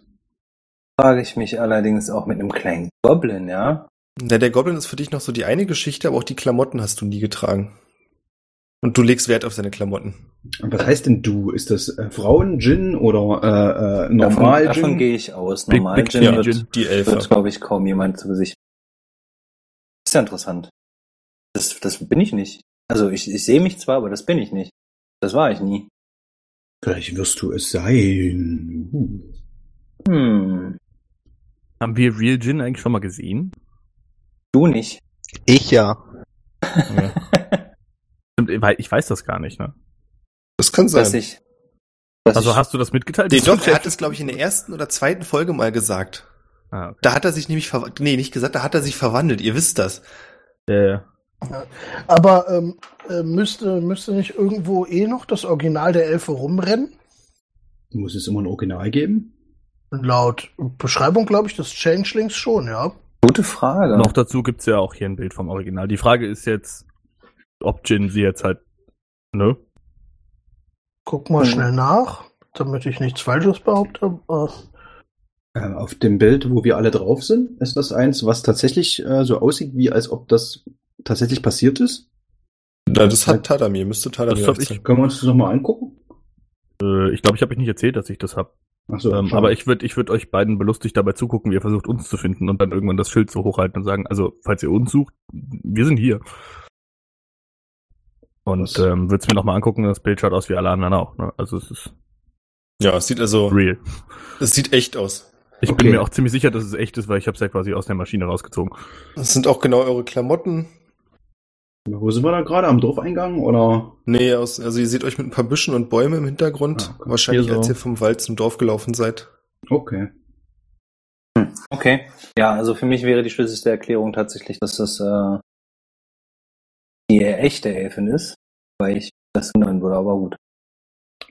Frage ich mich allerdings auch mit einem kleinen Goblin, ja? Na, der Goblin ist für dich noch so die eine Geschichte, aber auch die Klamotten hast du nie getragen. Und du legst Wert auf seine Klamotten. Und was heißt denn du? Ist das äh, Frauen-Gin oder äh, Davon, äh, normal davon Gin? gehe ich aus. Big- Normal Big Gin Ja, wird, Gin. die wird Elfe. glaube ich, kaum jemand zu Gesicht. Ist ja interessant. Das, das bin ich nicht. Also ich, ich sehe mich zwar, aber das bin ich nicht. Das war ich nie. Vielleicht wirst du es sein. Hm. Hm, Haben wir Real Gin eigentlich schon mal gesehen? du nicht. Ich ja. Stimmt, weil Ich weiß das gar nicht, ne? Das kann Dass sein. ich. Dass Ähm, Also ich, hast du das mitgeteilt? Nee, doch, er hat es, glaube ich, in der ersten oder zweiten Folge mal gesagt. Ah, okay. Da hat er sich nämlich verwandelt. Nee, nicht gesagt, da hat er sich verwandelt. Ihr wisst das. äh, Aber ähm, äh, müsste, müsste nicht irgendwo eh noch das Original der Elfe rumrennen? Muss es immer ein Original geben? Laut Beschreibung glaube ich des Changelings schon, ja. gute Frage. Noch dazu gibt's ja auch hier ein Bild vom Original. Die Frage ist jetzt, ob Jin sie jetzt halt. Ne? Guck mal Mhm. schnell nach, damit ich nichts Falsches behaupte. aber- Äh, auf dem Bild, wo wir alle drauf sind, ist das eins, was tatsächlich äh, so aussieht, wie als ob das tatsächlich passiert ist? Na, das hat Tadami. Müsste Tadami Das hab euch ich- zeigen. Können wir uns das nochmal angucken? Äh, ich glaube, ich habe euch nicht erzählt, dass ich das hab. Achso, ähm, aber ich würde ich würd euch beiden belustigt dabei zugucken, wie ihr versucht, uns zu finden und dann irgendwann das Schild so hochhalten und sagen, also, falls ihr uns sucht, wir sind hier. Und Was? ähm, würd's mir nochmal angucken, das Bild schaut aus wie alle anderen auch. Ne? Also es ist Ja, es sieht also, real. es sieht echt aus. Ich Okay. bin mir auch ziemlich sicher, dass es echt ist, weil ich hab's ja quasi aus der Maschine rausgezogen. Es sind auch genau eure Klamotten. Wo sind wir da gerade? Am Dorfeingang oder? Nee, aus, also ihr seht euch mit ein paar Büschen und Bäumen im Hintergrund. Ah, okay. Wahrscheinlich, Hier so. als ihr vom Wald zum Dorf gelaufen seid. Okay. Okay. Ja, also für mich wäre die schlüssigste Erklärung tatsächlich, dass das äh, die echte Elfin ist, weil ich das wundern würde, aber gut.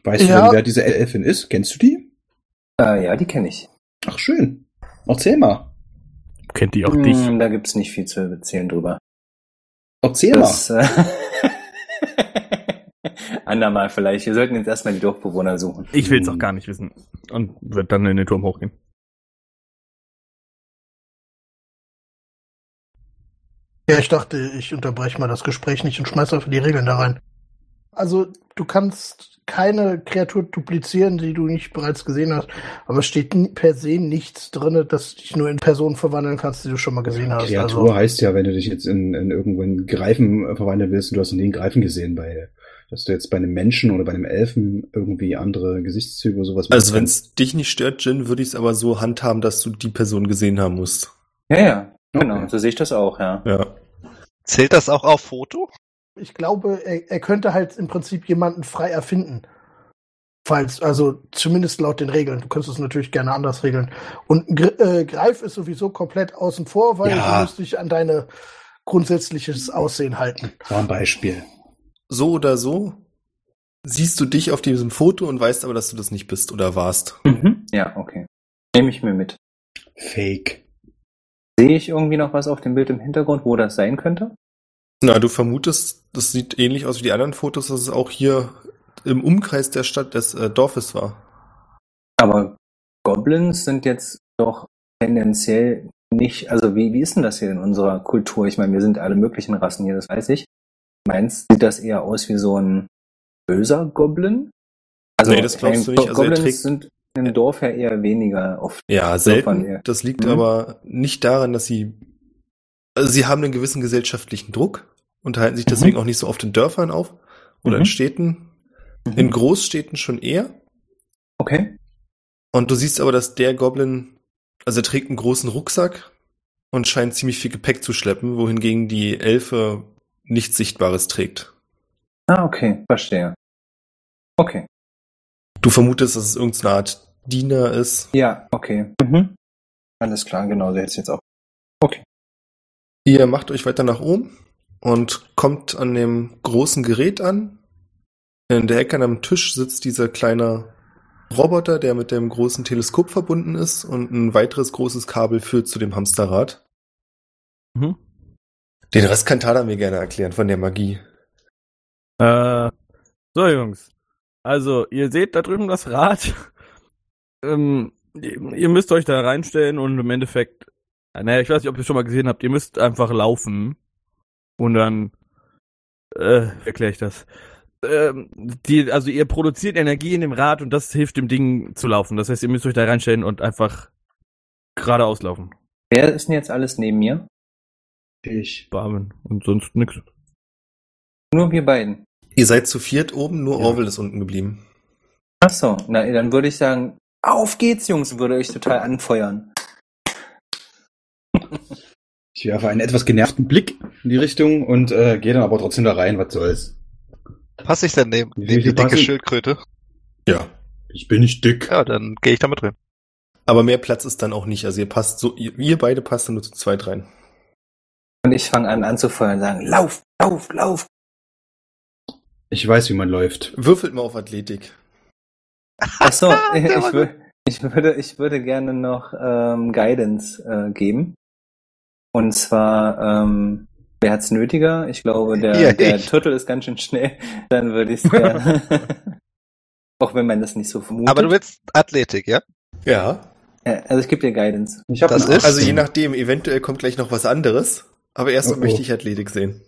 Weißt du Ja. denn, wer diese Elfin ist? Kennst du die? Äh, ja, die kenne ich. Ach, schön. Erzähl mal. Kennt die auch Hm, dich? Da gibt's nicht viel zu erzählen drüber. Erzähl Das, mal. äh, (laughs) andermal vielleicht. Wir sollten jetzt erstmal die Dorfbewohner suchen. Ich will's auch gar nicht wissen. Und wird dann in den Turm hochgehen. Ja, ich dachte, ich unterbreche mal das Gespräch nicht und schmeiße einfach die Regeln da rein. Also, du kannst keine Kreatur duplizieren, die du nicht bereits gesehen hast, aber es steht n- per se nichts drin, dass du dich nur in Personen verwandeln kannst, die du schon mal gesehen hast. Kreatur Also, heißt ja, wenn du dich jetzt in, in irgendwann Greifen äh, verwandeln willst und du hast noch nie einen Greifen gesehen, bei, dass du jetzt bei einem Menschen oder bei einem Elfen irgendwie andere Gesichtszüge oder sowas Also wenn machen es dich nicht stört, Jin, würde ich es aber so handhaben, dass du die Person gesehen haben musst. Ja, ja. Okay. Genau, so sehe ich das auch, ja. Ja. Zählt das auch auf Foto? ich glaube, er, er könnte halt im Prinzip jemanden frei erfinden. Falls, also zumindest laut den Regeln. Du könntest es natürlich gerne anders regeln. Und ein Gr äh, Greif ist sowieso komplett außen vor, weil Ja. du musst dich an deine grundsätzliches Aussehen halten. kann. War ein Beispiel. So oder so siehst du dich auf diesem Foto und weißt aber, dass du das nicht bist oder warst. Mhm. Ja, okay. Nehme ich mir mit. Fake. Sehe ich irgendwie noch was auf dem Bild im Hintergrund, wo das sein könnte? Na, du vermutest, das sieht ähnlich aus wie die anderen Fotos, dass es auch hier im Umkreis der Stadt des äh, Dorfes war. Aber Goblins sind jetzt doch tendenziell nicht, also wie, wie ist denn das hier in unserer Kultur? Ich meine, wir sind alle möglichen Rassen hier, das weiß ich. Meinst du, sieht das eher aus wie so ein böser Goblin? Nee, das glaubst du nicht. Also er Goblins trägt- sind im Dorf ja eher weniger oft. Ja, selten. selten. Das liegt Mhm. aber nicht daran, dass sie. Also sie haben einen gewissen gesellschaftlichen Druck und halten sich deswegen auch nicht so oft in Dörfern auf oder Mhm. in Städten. In Großstädten schon eher. Okay. Und du siehst aber, dass der Goblin, also er trägt einen großen Rucksack und scheint ziemlich viel Gepäck zu schleppen, wohingegen die Elfe nichts Sichtbares trägt. Ah, okay, verstehe. Okay. Du vermutest, dass es irgendeine Art Diener ist. Ja, okay. Mhm. Alles klar, genau, so hätte ich jetzt auch. Ihr macht euch weiter nach oben und kommt an dem großen Gerät an. In der Ecke an einem Tisch sitzt dieser kleine Roboter, der mit dem großen Teleskop verbunden ist und ein weiteres großes Kabel führt zu dem Hamsterrad. Mhm. Den Rest kann Tada mir gerne erklären von der Magie. Äh, so, Jungs. Also, ihr seht da drüben das Rad. (laughs) ähm, ihr müsst euch da reinstellen und im Endeffekt, äh, naja, ich weiß nicht, ob ihr es schon mal gesehen habt, ihr müsst einfach laufen. Und dann, äh, erkläre ich das. Ähm, die, also ihr produziert Energie in dem Rad und das hilft dem Ding zu laufen. Das heißt, ihr müsst euch da reinstellen und einfach geradeaus laufen. Wer ist denn jetzt alles neben mir? Ich. Barmen und sonst nix. Nur wir beiden. Ihr seid zu viert oben, nur Ja. Orwell ist unten geblieben. Ach so, na, dann würde ich sagen, auf geht's, Jungs, würde ich total anfeuern. Ich werfe einen etwas genervten Blick in die Richtung und äh, gehe dann aber trotzdem da rein, was soll's. Passe ich denn neben, Wie neben viel die dicke passen? Schildkröte? Ja. Ich bin nicht dick. Ja, dann gehe ich damit rein. Aber mehr Platz ist dann auch nicht. Also ihr passt so, ihr, ihr beide passt dann nur zu zweit rein. Und ich fange an anzufeuern und sagen, lauf, lauf, lauf. Ich weiß, wie man läuft. Würfelt mal auf Athletik. Ach (laughs) so, ich, Der war wür- ich, würde, ich würde gerne noch ähm, Guidance äh, geben. Und zwar, ähm, wer hat's nötiger? Ich glaube, der, Ja, der ich. Turtle ist ganz schön schnell. (laughs) Dann würde ich (laughs) gerne. Auch wenn man das nicht so vermutet. Aber du willst Athletik, ja? Ja. Ja, also ich gebe dir Guidance. Ich hab Das einen ist- Arsch. Also je nachdem, eventuell kommt gleich noch was anderes. Aber erstmal Oh, oh. möchte ich Athletik sehen.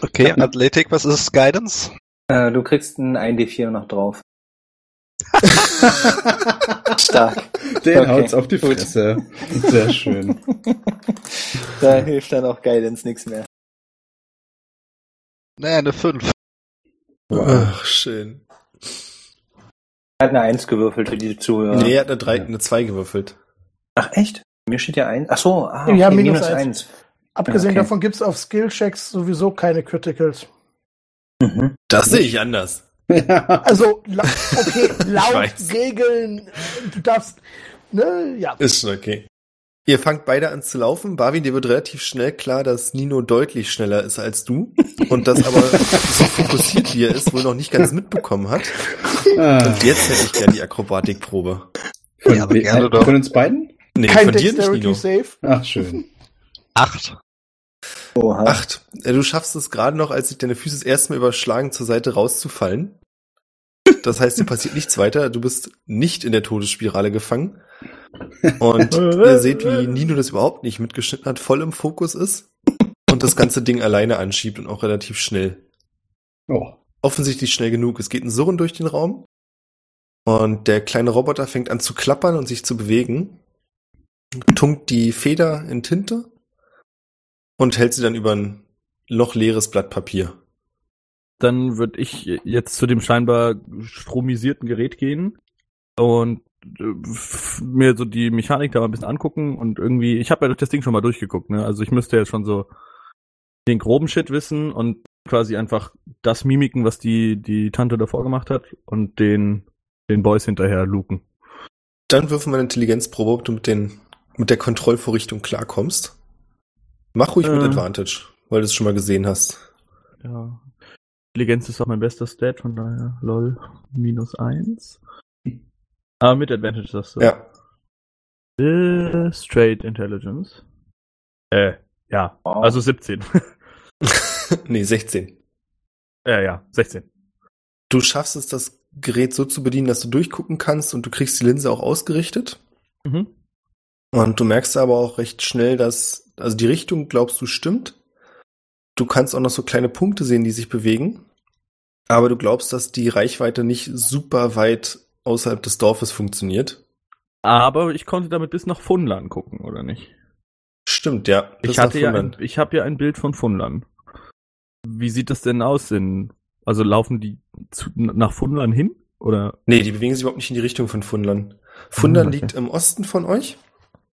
Okay, Athletik, was ist Guidance? Äh, du kriegst einen 1D4 noch (laughs) drauf. Stark. Den Okay, haut's auf die gut. Fresse. (laughs) Sehr schön. da hilft dann auch Guidance nichts mehr. Naja, eine 5. Ach, schön. Er hat eine 1 gewürfelt für die Zuhörer. Nee, er hat eine 3, eine 2 gewürfelt. Ach echt? Mir steht ja 1. Ach so, ah, Ja, minus eins. Ja, Abgesehen okay. davon gibt's auf Skillchecks sowieso (laughs) keine Criticals. Mhm. Das sehe ich anders. Also, la (laughs) okay, laut weiß. Regeln, äh, du darfst, ne, ja. Ist schon okay. Ihr fangt beide an zu laufen. Barwin, dir wird relativ schnell klar, dass Nino deutlich schneller ist als (laughs) du und das aber so fokussiert wie er ist, wohl noch nicht ganz mitbekommen hat. Ah, Und jetzt hätte ich gerne die Akrobatikprobe. von, Ja, aber we- gerne äh, doch. von uns beiden? Nee, Kein von dir Äh, nicht, Dexterity Nino. Save. Ach, schön. Acht. Oha. Acht. Äh, Du schaffst es gerade noch, als sich deine Füße das erste Mal überschlagen, zur Seite rauszufallen. Das heißt, dir passiert nichts weiter. Du bist nicht in der Todesspirale gefangen. Und ihr seht, wie Nino das überhaupt nicht mitgeschnitten hat, voll im Fokus ist und das ganze Ding alleine anschiebt und auch relativ schnell. Oh. offensichtlich schnell genug. Es geht ein Surren durch den Raum. Und der kleine Roboter fängt an zu klappern und sich zu bewegen. Tunkt die Feder in Tinte und hält sie dann über ein lochleeres Blatt Papier. Dann würde ich jetzt zu dem scheinbar stromisierten Gerät gehen und äh, f- mir so die Mechanik da mal ein bisschen angucken und irgendwie, ich habe ja das Ding schon mal durchgeguckt, ne? Also ich müsste jetzt schon so den groben Shit wissen und quasi einfach das mimiken, was die, die Tante davor gemacht hat und den, den Boys hinterher luken. Dann wirf mal eine Intelligenzprobe, ob du mit, den, mit der Kontrollvorrichtung klarkommst. Mach ruhig mit Äh. Advantage, weil du es schon mal gesehen hast. Ja. Intelligenz ist auch mein bester Stat, von daher lol, minus eins. Aber mit Advantage sagst du. Ja, (laughs) Äh, straight Intelligence. Äh, ja. Wow. Also 17. nee, 16. (laughs) ja, ja, 16. Du schaffst es, das Gerät so zu bedienen, dass du durchgucken kannst und du kriegst die Linse auch ausgerichtet. Mhm. Und du merkst aber auch recht schnell, dass, also die Richtung glaubst du stimmt. Du kannst auch noch so kleine Punkte sehen, die sich bewegen. Aber du glaubst, dass die Reichweite nicht super weit außerhalb des Dorfes funktioniert. Aber ich konnte damit bis nach Funland gucken, oder nicht? Stimmt, ja. Bis ich hatte nach ja ein, Finnland. ich habe ja ein Bild von Funland. Wie sieht das denn aus in, also laufen die zu, nach Funland hin? Oder? Nee, die bewegen sich überhaupt nicht in die Richtung von Fundern. Hm, Fundern okay. liegt im Osten von euch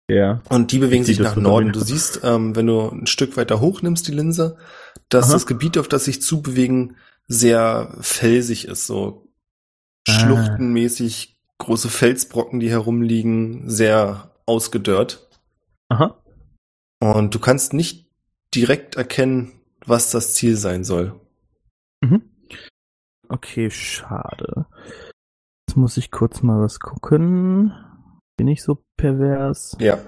Ja. und die bewegen Sieht sich das nach so Norden. doll. Du siehst, ähm, wenn du ein Stück weiter hoch nimmst, die Linse, dass Aha. das Gebiet, auf das sich zubewegen, sehr felsig ist, so Ah. schluchtenmäßig große Felsbrocken, die herumliegen, sehr ausgedörrt. Aha. Und du kannst nicht direkt erkennen, was das Ziel sein soll. Mhm. Okay, schade. Jetzt muss ich kurz mal was gucken. Bin ich so pervers? Ja.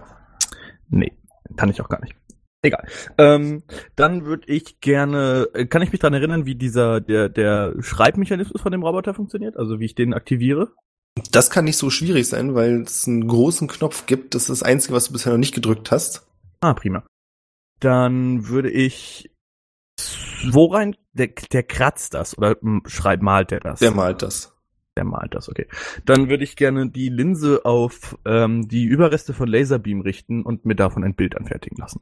Nee, kann ich auch gar nicht. Egal. Ähm, dann würde ich gerne. äh, Kann ich mich daran erinnern, wie dieser der, der Schreibmechanismus von dem Roboter funktioniert? Also wie ich den aktiviere? Das kann nicht so schwierig sein, weil es einen großen Knopf gibt. Das ist das Einzige, was du bisher noch nicht gedrückt hast. Ah, prima. Dann würde ich. Worein? Der, der kratzt das oder m, schreibt, malt der das? Wer malt das? Der malt das, okay. Dann würde ich gerne die Linse auf ähm, die Überreste von Laserbeam richten und mir davon ein Bild anfertigen lassen.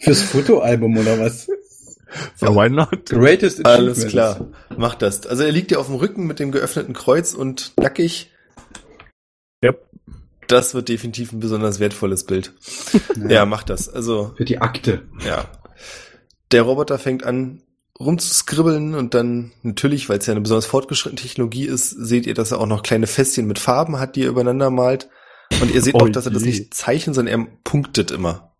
Fürs Fotoalbum oder was? Ja, why not? Greatest Alles Achievements. klar. Mach das. Also er liegt dir auf dem Rücken mit dem geöffneten Kreuz und nackig. Yep. Das wird definitiv ein besonders wertvolles Bild. ja mach das. Also Für die Akte. Ja. Der Roboter fängt an rumzuskribbeln und dann natürlich, weil es ja eine besonders fortgeschrittene Technologie ist, seht ihr, dass er auch noch kleine Fässchen mit Farben hat, die er übereinander malt. Und ihr seht Oh auch, dass er das je. nicht zeichnet, sondern er punktet immer.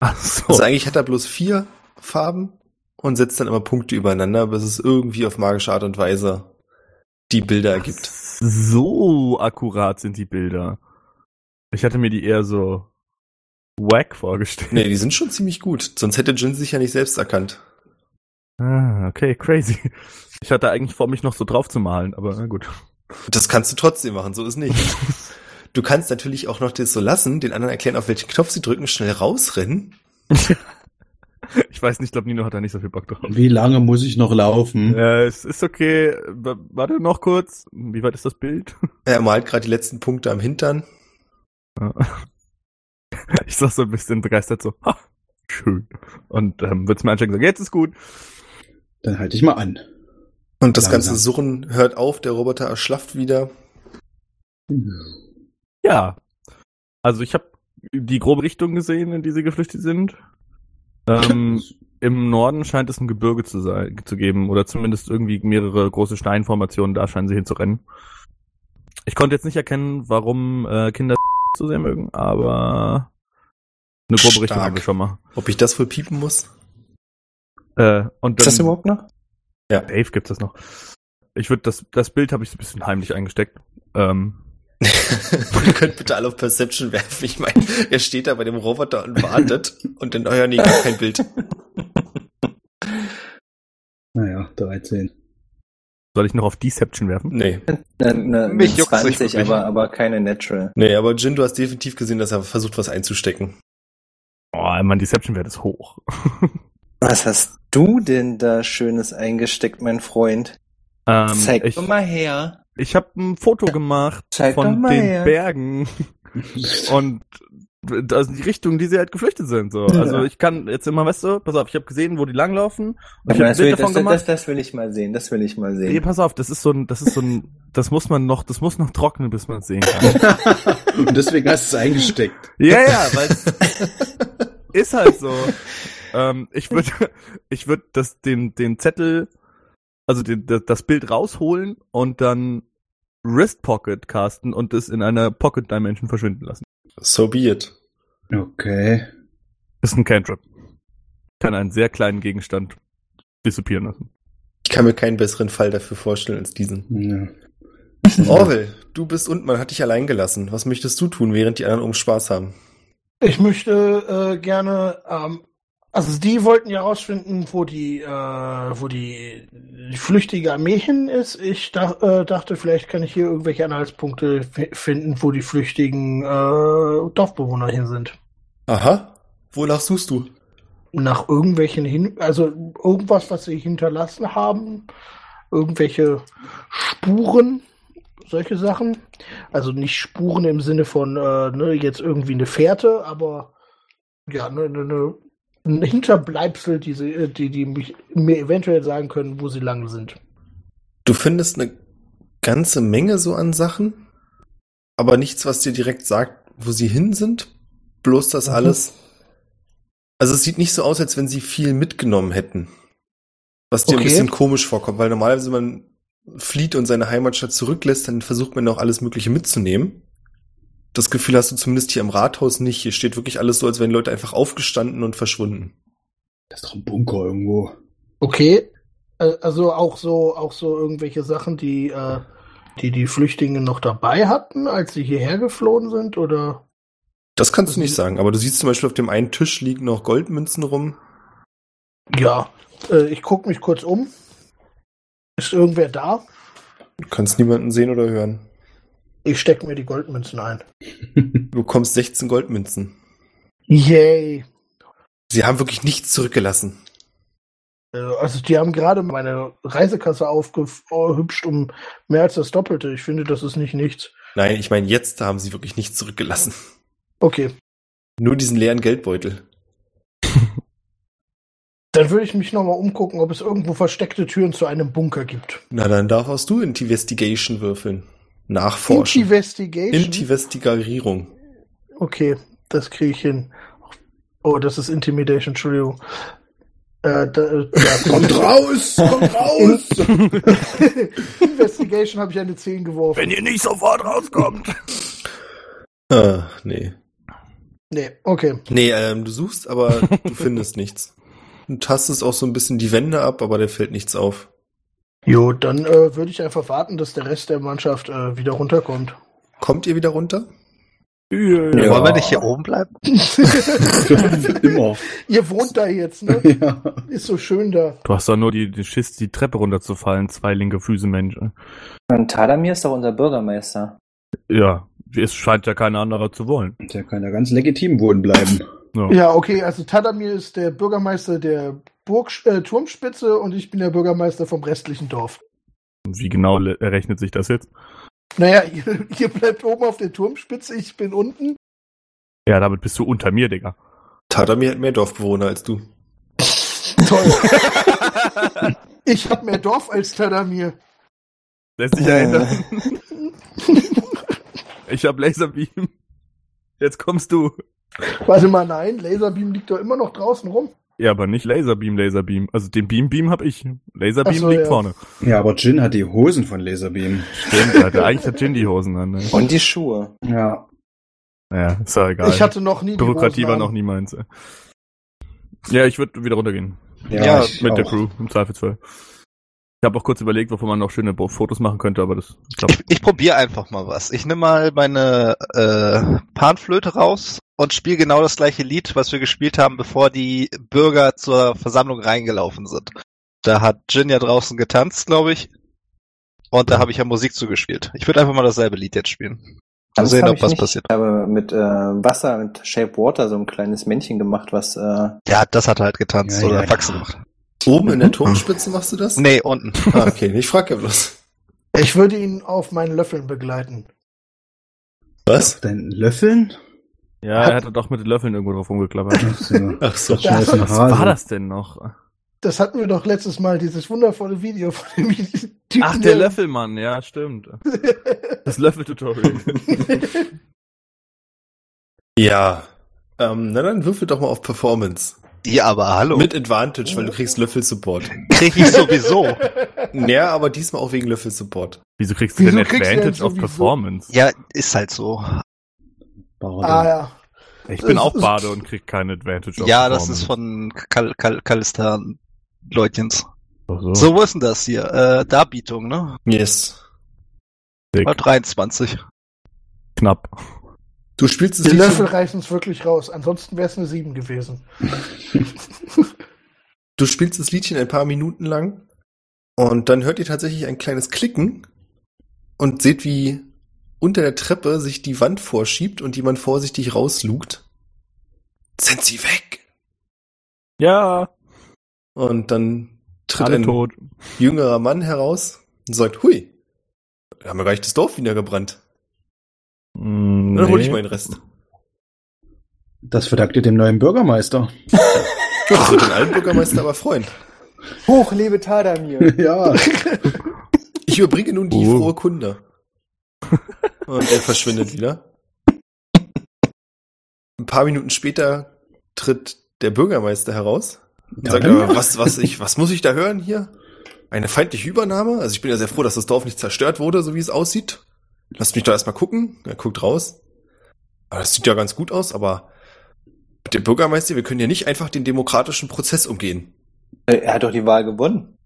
Ach so. Also eigentlich hat er bloß vier Farben und setzt dann immer Punkte übereinander, bis es irgendwie auf magische Art und Weise die Bilder ergibt. So akkurat sind die Bilder. Ich hatte mir die eher so wack vorgestellt. Nee, die sind schon ziemlich gut. Sonst hätte Jin sich ja nicht selbst erkannt. (laughs) Ah, okay, crazy. Ich hatte eigentlich vor, mich noch so drauf zu malen, aber na gut. (laughs) Das kannst du trotzdem machen, so ist nicht. Du kannst natürlich auch noch das so lassen, den anderen erklären, auf welchen Knopf sie drücken, schnell rausrennen. Ich weiß nicht, ich glaube, Nino hat da nicht so viel Bock drauf. Wie lange muss ich noch laufen? Äh, es ist okay. W warte noch kurz. Wie weit ist das Bild? (laughs) Er malt gerade die letzten Punkte am Hintern. Ich sag so ein bisschen begeistert so, ha, schön. Und ähm, wird's mir anscheinend sagen, jetzt ist gut. Dann halte ich mal an. Und das Langsam. ganze Surren hört auf, der Roboter erschlafft wieder. Ja. Also ich habe die grobe Richtung gesehen, in die sie geflüchtet sind. (laughs) Ähm, Im Norden scheint es ein Gebirge zu sein, zu geben oder zumindest irgendwie mehrere große Steinformationen. Da scheinen sie hinzurennen. Ich konnte jetzt nicht erkennen, warum äh, Kinder (laughs) so sehr mögen, aber eine grobe Richtung Stark. haben wir schon mal. Ob ich das wohl piepen muss? Äh, und Ist dann, das überhaupt noch? Dave gibt es noch. Ich würde das, das Bild habe ich so ein bisschen heimlich eingesteckt. Ähm, (laughs) Ihr könnt bitte alle auf Perception werfen. Ich meine, ihr steht da bei dem Roboter und wartet und in euer Nähe kein Bild. Naja, 13. soll ich noch auf Deception werfen? Nee. Eine, eine Mich juckt's nicht 20, wirklich. aber, aber keine Natural. Nee, aber Jin, du hast definitiv gesehen, dass er versucht, was einzustecken. Oh, mein Deception-Wert ist hoch. Was hast du denn da Schönes eingesteckt, mein Freund? ähm, Zeig ich doch mal her. ich habe ein Foto gemacht Zeig doch von mal den her. Bergen und das ist die Richtung, die sie halt geflüchtet sind. So. Ja. Also ich kann jetzt immer, weißt du, pass auf, ich habe gesehen, wo die langlaufen. Und ich habe ein Das Bild will, davon das, gemacht. das, das will ich mal sehen, das will ich mal Nee, sehen. pass auf, das ist so ein, das ist so ein, das muss man noch, das muss noch trocknen, bis man es sehen kann. Und deswegen hast du es eingesteckt. ja, ja, (laughs) weil ist halt so. Ähm, ich würde, ich würde das, den, den Zettel, also den, das- das Bild rausholen und dann Wrist Pocket casten und es in einer Pocket Dimension verschwinden lassen. So be it. Okay. Ist ein Cantrip. Kann einen sehr kleinen Gegenstand dissipieren lassen. Ich kann mir keinen besseren Fall dafür vorstellen als diesen. Ja. Orwell, du bist und man hat dich allein gelassen. Was möchtest du tun, während die anderen um Spaß haben? Ich möchte äh, gerne, ähm, also die wollten ja rausfinden, wo die, äh, wo die flüchtige Armee hin ist. Ich dach, äh, dachte, vielleicht kann ich hier irgendwelche Anhaltspunkte fi- finden, wo die flüchtigen äh, Dorfbewohner hin sind. Aha. Wonach suchst du? Nach irgendwelchen hin, also irgendwas, was sie hinterlassen haben, irgendwelche Spuren, solche Sachen. Also nicht Spuren im Sinne von äh, ne, jetzt irgendwie eine Fährte, aber ja, ne, ne, ne, ein Hinterbleibsel, die, sie, äh, die, die mich, mir eventuell sagen können, wo sie lang sind. Du findest eine ganze Menge so an Sachen, aber nichts, was dir direkt sagt, wo sie hin sind. Bloß das alles. Also es sieht nicht so aus, als wenn sie viel mitgenommen hätten. Was dir ein Okay. bisschen komisch vorkommt, weil normalerweise man flieht und seine Heimatstadt zurücklässt, dann versucht man auch alles Mögliche mitzunehmen. Das Gefühl hast du zumindest hier im Rathaus nicht. Hier steht wirklich alles so, als wären Leute einfach aufgestanden und verschwunden. Das ist doch ein Bunker irgendwo. Okay. Äh, Also auch so, auch so irgendwelche Sachen, die, äh, die die Flüchtlinge noch dabei hatten, als sie hierher geflohen sind, oder? Das kannst du nicht sagen, aber du siehst zum Beispiel auf dem einen Tisch liegen noch Goldmünzen rum. Ja, äh, ich gucke mich kurz um. Ist irgendwer da? Du kannst niemanden sehen oder hören. Ich stecke mir die Goldmünzen ein. Du bekommst 16 Goldmünzen. Yay. Sie haben wirklich nichts zurückgelassen. Äh, Also die haben gerade meine Reisekasse aufgehübscht um mehr als das Doppelte. Ich finde, das ist nicht nichts. Nein, ich meine, jetzt haben sie wirklich nichts zurückgelassen. (laughs) Okay, Nur diesen leeren Geldbeutel. dann würde ich mich nochmal umgucken, ob es irgendwo versteckte Türen zu einem Bunker gibt. Na, dann darf auch du Investigation würfeln. Nachforschen. Investigation. Investigierung. okay, das kriege ich hin. Oh, das ist Intimidation, Entschuldigung. Äh, da, (laughs) äh, ja, Kommt raus! (laughs) Kommt raus! Investigation habe ich eine 10 geworfen. ihr nicht sofort (laughs) rauskommt. Äh, nee. Nee, okay. Nee, ähm, du suchst, aber du findest nichts. Du tastest auch so ein bisschen die Wände ab, aber der fällt nichts auf. Jo, dann äh, würde ich einfach warten, dass der Rest der Mannschaft äh, wieder runterkommt. (laughs) Kommt ihr wieder runter? Ja. Wollen wir nicht hier oben bleiben? Immer. Ihr wohnt da jetzt, ne? Ja. Ist so schön da. Du hast doch nur die, die Schiss, die Treppe runterzufallen, zwei linke Füße, Mensch. ey. Und Tadamir ist doch unser Bürgermeister. Ja, es scheint ja keiner anderer zu wollen. Der kann ja ganz legitim wohnen bleiben. Ja, okay, also Tadamir ist der Bürgermeister der Burg, äh, Turmspitze und ich bin der Bürgermeister vom restlichen Dorf. Und Wie genau le- errechnet sich das jetzt? Naja, (laughs) ihr, ihr bleibt oben auf der Turmspitze, ich bin unten. Ja, damit bist du unter mir, Digga. Tadami hat mehr Dorfbewohner als du. Toll. (laughs) ich habe mehr Dorf als Tadamir. Lässt dich erinnern. Ich hab Laserbeam. Jetzt kommst du. Warte mal, nein, Laserbeam liegt doch immer noch draußen rum. Ja, aber nicht Laserbeam, Laserbeam. Also den Beam, Beam hab ich. Laserbeam Ach so, liegt ja. vorne. Ja, aber Jin hat die Hosen von Laserbeam. Stimmt, Alter. Eigentlich hat Jin die Hosen an. Ne? Und die Schuhe. Ja. Naja, ist ja egal. Ich hatte noch nie die Bürokratie Hosen war an. noch nie meins. ey. Ja, ich würde wieder runtergehen. Ja, ich Mit der auch. Crew, im Zweifelsfall. Ich habe auch kurz überlegt, wovon man noch schöne Bo- Fotos machen könnte, aber das, ich glaube, Ich, ich probiere einfach mal was. Ich nehme mal meine äh, Panflöte raus und spiele genau das gleiche Lied, was wir gespielt haben, bevor die Bürger zur Versammlung reingelaufen sind. Da hat Jin ja draußen getanzt, glaube ich. Und da habe ich ja Musik zugespielt. Ich würde einfach mal dasselbe Lied jetzt spielen. Mal Das sehen, hab ob ich was nicht. passiert. Ich habe mit äh, Wasser, mit Shape Water so ein kleines Männchen gemacht, was äh, Ja, das hat er halt getanzt Ja, oder ja, ja. Faxen gemacht. Oben in der Turmspitze machst du das? Nee, unten. Ah, okay, ich frage ja bloß. Ich würde ihn auf meinen Löffeln begleiten. Was? Dein Löffeln? ja, er hatte doch mit den Löffeln irgendwo drauf rumgeklappert. Ach so. Ach so. Ja. Scheiß ein was Hase. war das denn noch? Das hatten wir doch letztes Mal, dieses wundervolle Video von dem (laughs) Typen. Ach, der Löffelmann, ja, stimmt. Das Löffel-Tutorial. Ja. Ähm, na dann würfel doch mal auf Performance. Ja, aber hallo. (laughs) Mit Advantage, weil du (laughs) kriegst Löffel-Support. krieg ich sowieso. Ja, aber diesmal auch wegen Löffel-Support. (laughs) Wieso kriegst du Wieso denn kriegst du denn Advantage auf sowieso? Performance? Ja, ist halt so. Bade. Ah ja. Ich bin Das auch ist- Bade und krieg keine Advantage auf Ja, das Performance. ist von Kal Kal Kalistan Leutchens. Ach so. So, wo ist denn das hier? Äh, Darbietung, ne? Yes. Dick. Bei 23. knapp. Du spielst Die es Löffel reißen es wirklich raus. Ansonsten wäre es eine 7 gewesen. Du spielst das Liedchen ein paar Minuten lang und dann hört ihr tatsächlich ein kleines Klicken und seht, wie unter der Treppe sich die Wand vorschiebt und jemand vorsichtig rauslugt. Sind sie weg? Ja, Und dann tritt alle ein tot. jüngerer Mann heraus und sagt, hui, da haben wir gleich das Dorf niedergebrannt. Mm, Dann hol ich nee. meinen Rest. Das verdankt ihr dem neuen Bürgermeister. Das wird den alten Bürgermeister aber freuen. Hoch lebe Tadamir! (laughs) ja. Ich überbringe nun die Oh. frohe Kunde. Und er verschwindet wieder. Ein paar Minuten später tritt der Bürgermeister heraus und sagt, Dann- äh, was, was, ich, was muss ich da hören hier? Eine feindliche Übernahme? Also ich bin ja sehr froh, dass das Dorf nicht zerstört wurde, so wie es aussieht. Lasst mich doch erstmal gucken. Er guckt raus. Aber das sieht ja ganz gut aus, aber mit dem Bürgermeister, wir können ja nicht einfach den demokratischen Prozess umgehen. er hat doch die Wahl gewonnen.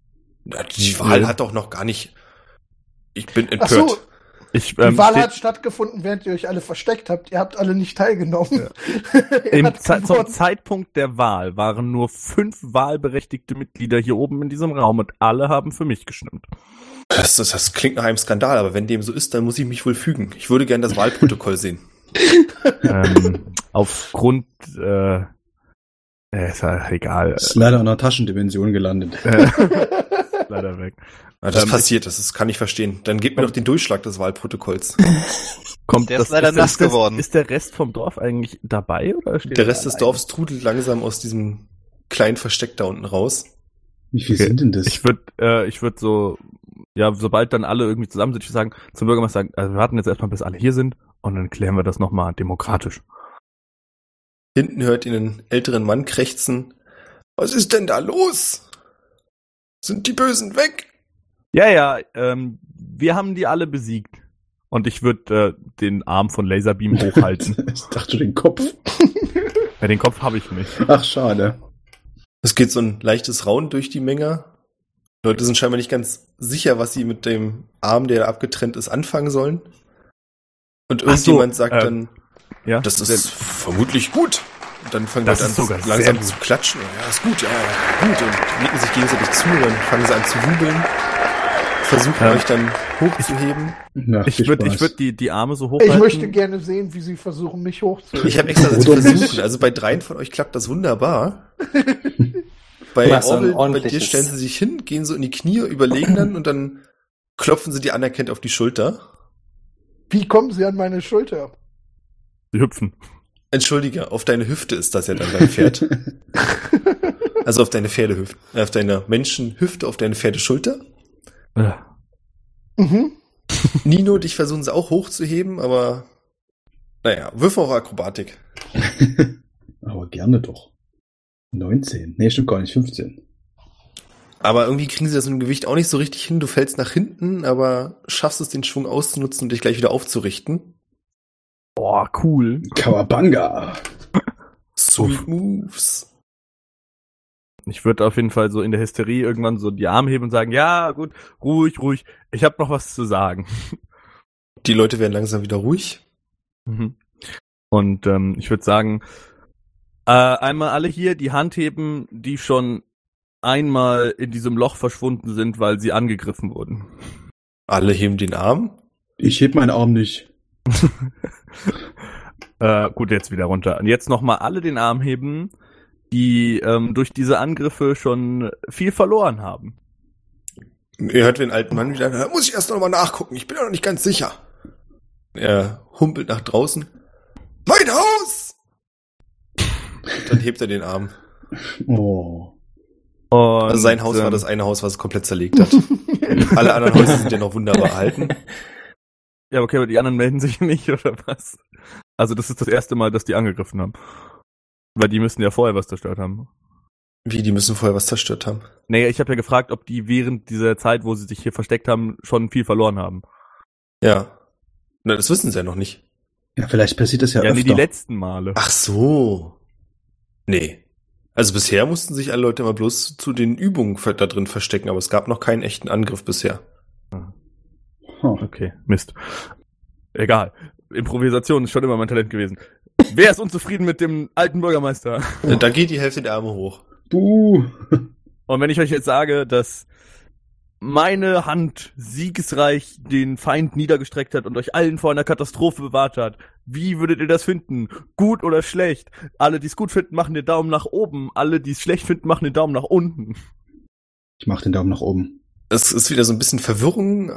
Na, Die Wahl Ja. hat doch noch gar nicht. Ich bin Ach empört. so, Ich, die ähm, Wahl steht- hat stattgefunden, während ihr euch alle versteckt habt. Ihr habt alle nicht teilgenommen. (laughs) Er Im hat Ze zum gewonnen. Zeitpunkt der Wahl waren nur fünf wahlberechtigte Mitglieder hier oben in diesem Raum und alle haben für mich gestimmt. Das, das, das klingt nach einem Skandal, aber wenn dem so ist, dann muss ich mich wohl fügen. Ich würde gerne das Wahlprotokoll sehen. (laughs) ähm, (laughs) aufgrund, äh, äh, ist ja egal, Ist leider in der Taschendimension gelandet. Äh, leider weg. Ah, Das Ähm, passiert, das, das kann ich verstehen. Dann gebt mir doch den Durchschlag des (laughs) Wahlprotokolls. Kommt, Der ist leider nass das- geworden. Ist der Rest vom Dorf eigentlich dabei oder steht Der er Rest des allein? Dorfs trudelt langsam aus diesem kleinen Versteck da unten raus. Wie viel Okay. sind denn das? Ich würde, äh, ich würde so, ja, sobald dann alle irgendwie zusammen sind, ich würd sagen, zum Bürgermeister sagen, also wir warten jetzt erstmal, bis alle hier sind und dann klären wir das nochmal demokratisch. Hinten hört ihr einen älteren Mann krächzen. Was ist denn da los? Sind die Bösen weg? Ja, ja, ähm, wir haben die alle besiegt. Und ich würde äh, den Arm von Laserbeam (laughs) hochhalten. (laughs) ich dachte den Kopf. ja, den Kopf habe ich nicht. Ach, schade. Es geht so ein leichtes Raunen durch die Menge. Leute sind scheinbar nicht ganz sicher, was sie mit dem Arm, der abgetrennt ist, anfangen sollen. Und Ach so, irgendjemand sagt äh, dann, Ja, das ist vermutlich gut. Und dann fangen Das Leute ist an, sogar sehr langsam gut. zu klatschen. Ja, ist gut, ja, ja, gut. Und nicken sich gegenseitig zu, dann fangen sie an zu jubeln. Versuchen Ähm, euch dann hochzuheben. Na, ich viel würde Spaß. ich würd die, die Arme so hochhalten. Ich möchte gerne sehen, wie sie versuchen, mich hochzuheben. Ich habe extra das Oder nicht. versucht. Also bei dreien von euch klappt das wunderbar. (laughs) Bei Mach so ein Orwell, bei dir ordentliches- stellen sie sich hin, gehen so in die Knie, überlegen dann und dann klopfen sie dir anerkennt auf die Schulter. Wie kommen sie an meine Schulter? Die hüpfen. Entschuldige, auf deine Hüfte ist das ja dann dein (laughs) Pferd. also auf deine Pferdehüfte, äh, auf deine Menschenhüfte, auf deine Pferdeschulter. Äh, Mhm. Nino, dich versuchen sie auch hochzuheben, aber naja, wirf auch Akrobatik. Aber gerne doch. 19. Nee, stimmt gar nicht. 15. Aber irgendwie kriegen sie das mit dem Gewicht auch nicht so richtig hin. Du fällst nach hinten, aber schaffst es, den Schwung auszunutzen und dich gleich wieder aufzurichten. Boah, cool. Kawabanga. Sweet Moves. Ich würde auf jeden Fall so in der Hysterie irgendwann so die Arme heben und sagen, ja, gut, ruhig, ruhig. Ich habe noch was zu sagen. Die Leute werden langsam wieder ruhig. Mhm. Und ähm, ich würde sagen, äh, einmal alle hier die Hand heben, die schon einmal in diesem Loch verschwunden sind, weil sie angegriffen wurden. Alle heben den Arm. Ich heb meinen Arm nicht. Äh, gut, jetzt wieder runter. Und jetzt nochmal alle den Arm heben, die ähm, durch diese Angriffe schon viel verloren haben. Ihr hört den alten Mann wieder. "Da Muss ich erst noch mal nachgucken. Ich bin ja noch nicht ganz sicher. Er humpelt nach draußen. Mein Haus! Und dann hebt er den Arm. Oh. (laughs) Und, Also sein Haus war ähm, das eine Haus, was es komplett (laughs) zerlegt hat. Alle anderen Häuser sind ja noch wunderbar erhalten. Ja, okay, aber die anderen melden sich (laughs) nicht, oder was? Also das ist das erste Mal, dass die angegriffen haben. Weil die müssen ja vorher was zerstört haben. Wie, die müssen vorher was zerstört haben. Naja, ich habe ja gefragt, ob die während dieser Zeit, wo sie sich hier versteckt haben, schon viel verloren haben. Ja. Na, das wissen sie ja noch nicht. Ja, vielleicht passiert das ja, Ja, öfter. nee, die letzten Male. Ach so. Nee. Also bisher mussten sich alle Leute immer bloß zu den Übungen ver- da drin verstecken, aber es gab noch keinen echten Angriff bisher. Hm. Okay, Mist. Egal. Improvisation ist schon immer mein Talent gewesen. Wer ist unzufrieden mit dem alten Bürgermeister? Äh, Da geht die Hälfte der Arme hoch. Buh. Und wenn ich euch jetzt sage, dass meine Hand siegesreich den Feind niedergestreckt hat und euch allen vor einer Katastrophe bewahrt hat, wie würdet ihr das finden? Gut oder schlecht? Alle, die es gut finden, machen den Daumen nach oben. Alle, die es schlecht finden, machen den Daumen nach unten. Ich mach den Daumen nach oben. Es ist wieder so ein bisschen Verwirrung.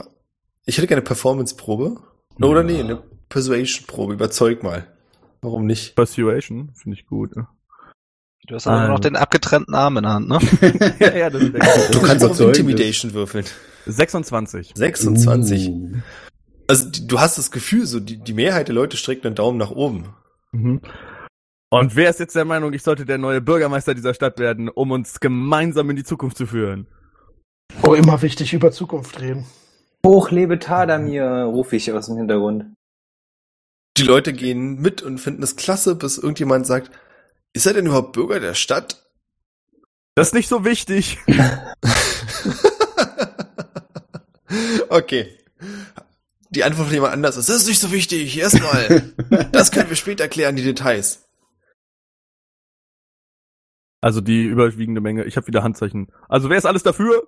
Ich hätte gerne eine Performance-Probe. Oder nee, ne, eine Persuasion-Probe. Überzeug mal. Warum nicht? Persuasion, finde ich gut. Du hast aber nur noch Also. den abgetrennten Arm in der Hand, ne? ja, ja, das ist (laughs) Du kannst auf Überzeugend. Intimidation würfeln. 26. 26. Uh. Also die- du hast das Gefühl, so die, die Mehrheit der Leute streckt einen Daumen nach oben. Mhm. Und wer ist jetzt der Meinung, ich sollte der neue Bürgermeister dieser Stadt werden, um uns gemeinsam in die Zukunft zu führen? Oh, immer wichtig, über Zukunft reden. Hoch lebe Tadamir, rufe ich aus dem Hintergrund. Die Leute gehen mit und finden es klasse, bis irgendjemand sagt, ist er denn überhaupt Bürger der Stadt? Das ist nicht so wichtig. (laughs) okay. Die Antwort von jemand anders ist, das ist nicht so wichtig, erstmal. Das können wir später klären, die Details. Also die überwiegende Menge. Ich habe wieder Handzeichen. Also wer ist alles dafür?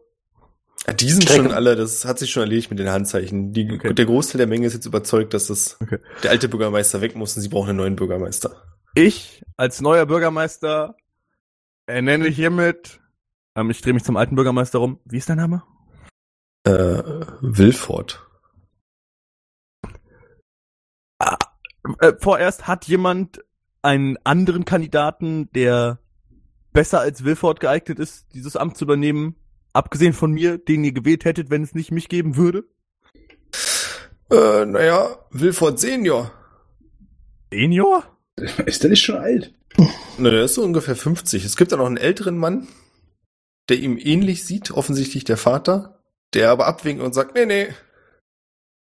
Die sind Strecke. schon alle, das hat sich schon erledigt mit den Handzeichen. Die, Okay. Der Großteil der Menge ist jetzt überzeugt, dass das Okay. der alte Bürgermeister weg muss und sie brauchen einen neuen Bürgermeister. Ich als neuer Bürgermeister ernenne hiermit. Ähm, ich drehe mich zum alten Bürgermeister rum. Wie ist dein Name? Äh, Wilford. Äh, vorerst hat jemand einen anderen Kandidaten, der besser als Wilford geeignet ist, dieses Amt zu übernehmen, abgesehen von mir, den ihr gewählt hättet, wenn es nicht mich geben würde? Äh, naja, Wilford Senior. Senior? Ist der nicht schon alt? Na, der ist so ungefähr 50. Es gibt da noch einen älteren Mann, der ihm ähnlich sieht, offensichtlich der Vater, der aber abwinkt und sagt, nee, nee.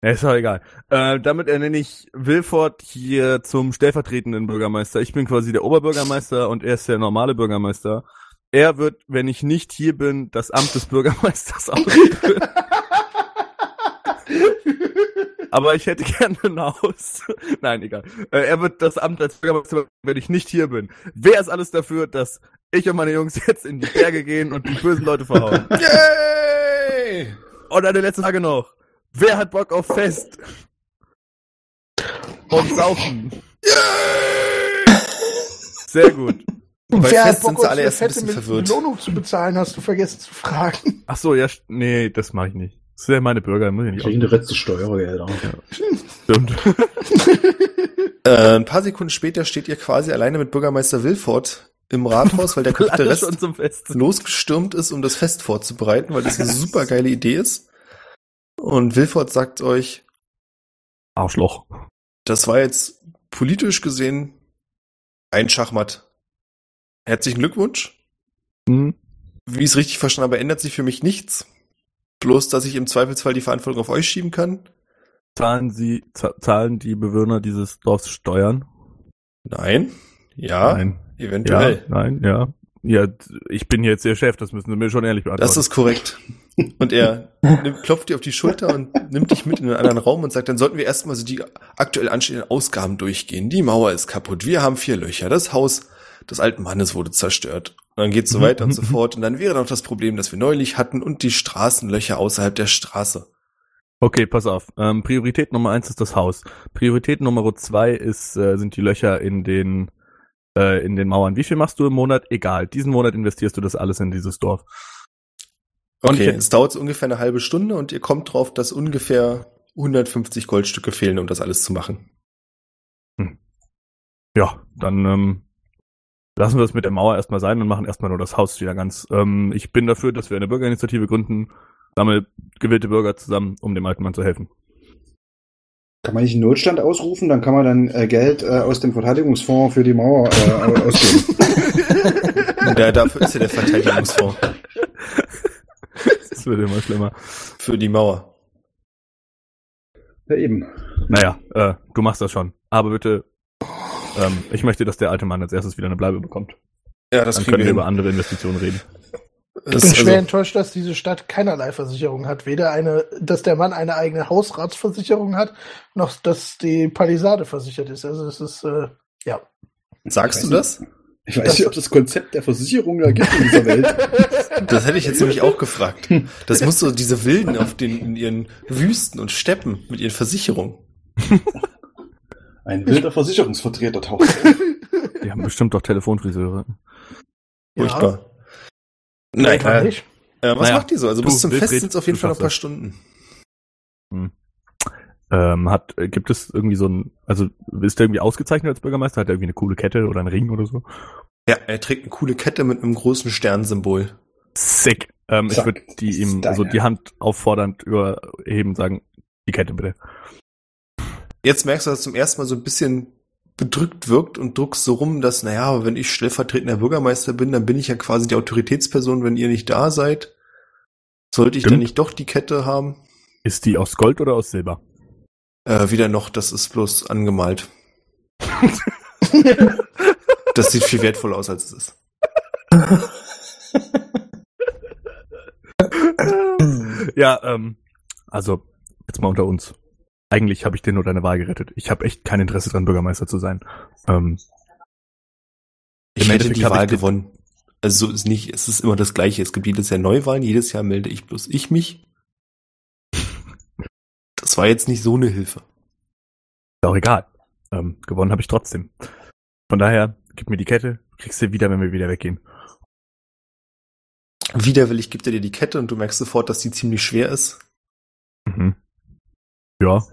Ja, ist doch egal. Äh, damit ernenne ich Wilford hier zum stellvertretenden Bürgermeister. Ich bin quasi der Oberbürgermeister und er ist der normale Bürgermeister. Er wird, wenn ich nicht hier bin, das Amt des Bürgermeisters ausführen. Aber ich hätte gerne ein Haus. Nein, egal. Äh, er wird das Amt als Bürgermeister, übernehmen, wenn ich nicht hier bin. Wer ist alles dafür, dass ich und meine Jungs jetzt in die Berge gehen und die bösen Leute verhauen? Yay! Und eine Oh letzte Frage noch. Wer hat Bock auf Fest? Und Saufen. Sehr gut. Und Bei wer Fest hat Bock, sind sie uns alle eine erst ein fette bisschen Mil- verwirrt. Belohnung zu bezahlen, hast du vergessen zu fragen. Ach so, ja, st- nee, das mache ich nicht. Das sind ja meine Bürger, muss ich Ich nicht kriege die letzte Steuergelder. aufstimmen. Äh, ein paar Sekunden später steht ihr quasi alleine mit Bürgermeister Wilford im Rathaus, weil der komplette Alle Rest schon zum Fest. losgestürmt ist, um das Fest vorzubereiten, weil (laughs) das eine super geile Idee ist. Und Wilford sagt euch, Arschloch. das war jetzt politisch gesehen ein Schachmatt. Herzlichen Glückwunsch. Mhm. Wie ich es richtig verstanden habe, ändert sich für mich nichts. Bloß, dass ich im Zweifelsfall die Verantwortung auf euch schieben kann. Zahlen sie, za- zahlen die Bewohner dieses Dorfs Steuern? Nein. Ja. Nein. Ja, Eventuell. nein, ja. Ja, ich bin jetzt ihr Chef, das müssen Sie mir schon ehrlich beantworten. Das ist korrekt. (laughs) Und er nimmt, klopft dir auf die Schulter und nimmt dich mit in einen anderen Raum und sagt, dann sollten wir erstmal so die aktuell anstehenden Ausgaben durchgehen. Die Mauer ist kaputt, wir haben vier Löcher, das Haus des alten Mannes wurde zerstört. Und dann geht's so weiter (laughs) und so fort. Und dann wäre noch das Problem, das wir neulich hatten und die Straßenlöcher außerhalb der Straße. Okay, pass auf. Ähm, Priorität Nummer eins ist das Haus. Priorität Nummer zwei ist, äh, sind die Löcher in den, äh, in den Mauern. Wie viel machst du im Monat? Egal. Diesen Monat investierst du das alles in dieses Dorf. Und Okay, jetzt- es dauert so ungefähr eine halbe Stunde und ihr kommt drauf, dass ungefähr 150 Goldstücke fehlen, um das alles zu machen. Ja, dann ähm, lassen wir es mit der Mauer erstmal sein und machen erstmal nur das Haus wieder ganz. Ähm, ich bin dafür, dass wir eine Bürgerinitiative gründen, sammel gewählte Bürger zusammen, um dem alten Mann zu helfen. (laughs) Kann man nicht einen Notstand ausrufen, dann kann man dann äh, Geld äh, aus dem Verteidigungsfonds für die Mauer (laughs) äh, ausgeben. Ja, dafür (laughs) ist ja der Verteidigungsfonds. Das wird immer schlimmer. Für die Mauer. Ja, eben. Naja, äh, du machst das schon. Aber bitte, ähm, ich möchte, dass der alte Mann als erstes wieder eine Bleibe bekommt. Ja, das Dann kriegen können wir wir hin. über andere Investitionen reden. Ich Das bin ist schwer also- enttäuscht, dass diese Stadt keinerlei Versicherung hat. Weder eine, dass der Mann eine eigene Hausratsversicherung hat, noch dass die Palisade versichert ist. Also es ist äh, ja. Sagst du das? Ich weiß nicht, ob das Konzept der Versicherung da gibt in dieser Welt. Das hätte ich jetzt nämlich auch gefragt. Das muss so diese Wilden auf den in ihren Wüsten und Steppen mit ihren Versicherungen. Ein wilder Versicherungsvertreter taucht. Die haben bestimmt doch Telefonfriseure. Ja, Furchtbar. Nein, denkt man klar. Äh, nicht. was Naja, macht ihr so? Also du, bis zum Wilfried, Fest sind es auf jeden du Fall noch ein schaffst paar das. Stunden. Ähm, hat, äh, gibt es irgendwie so ein, also ist der irgendwie ausgezeichnet als Bürgermeister? Hat er irgendwie eine coole Kette oder einen Ring oder so? Ja, er trägt eine coole Kette mit einem großen Sternsymbol. Sick. Ähm, ich Zack, würde das die ist ihm, also deine. die Hand auffordernd überheben, sagen, die Kette bitte. Jetzt merkst du, dass du zum ersten Mal so ein bisschen bedrückt wirkt und druckst so rum, dass, naja, aber wenn ich stellvertretender Bürgermeister bin, dann bin ich ja quasi die Autoritätsperson, wenn ihr nicht da seid. Sollte ich dann Stimmt. nicht doch die Kette haben? Ist die aus Gold oder aus Silber? Äh, wieder noch, das ist bloß (laughs) angemalt. das sieht viel wertvoller aus, als es ist. Ja, ähm, also, jetzt mal unter uns. Eigentlich habe ich dir nur deine Wahl gerettet. Ich habe echt kein Interesse dran, Bürgermeister zu sein. Ähm, Ich Im hätte Endeffekt die hab Wahl ich den- gewonnen. Also so ist nicht, es ist immer das Gleiche. Es gibt jedes Jahr Neuwahlen, jedes Jahr melde ich bloß ich mich. Das war jetzt nicht so eine Hilfe. ist auch egal. Ähm, gewonnen habe ich trotzdem. Von daher, gib mir die Kette, kriegst sie wieder, wenn wir wieder weggehen. Widerwillig gibt er dir die Kette und du merkst sofort, dass die ziemlich schwer ist. Mhm. Ja.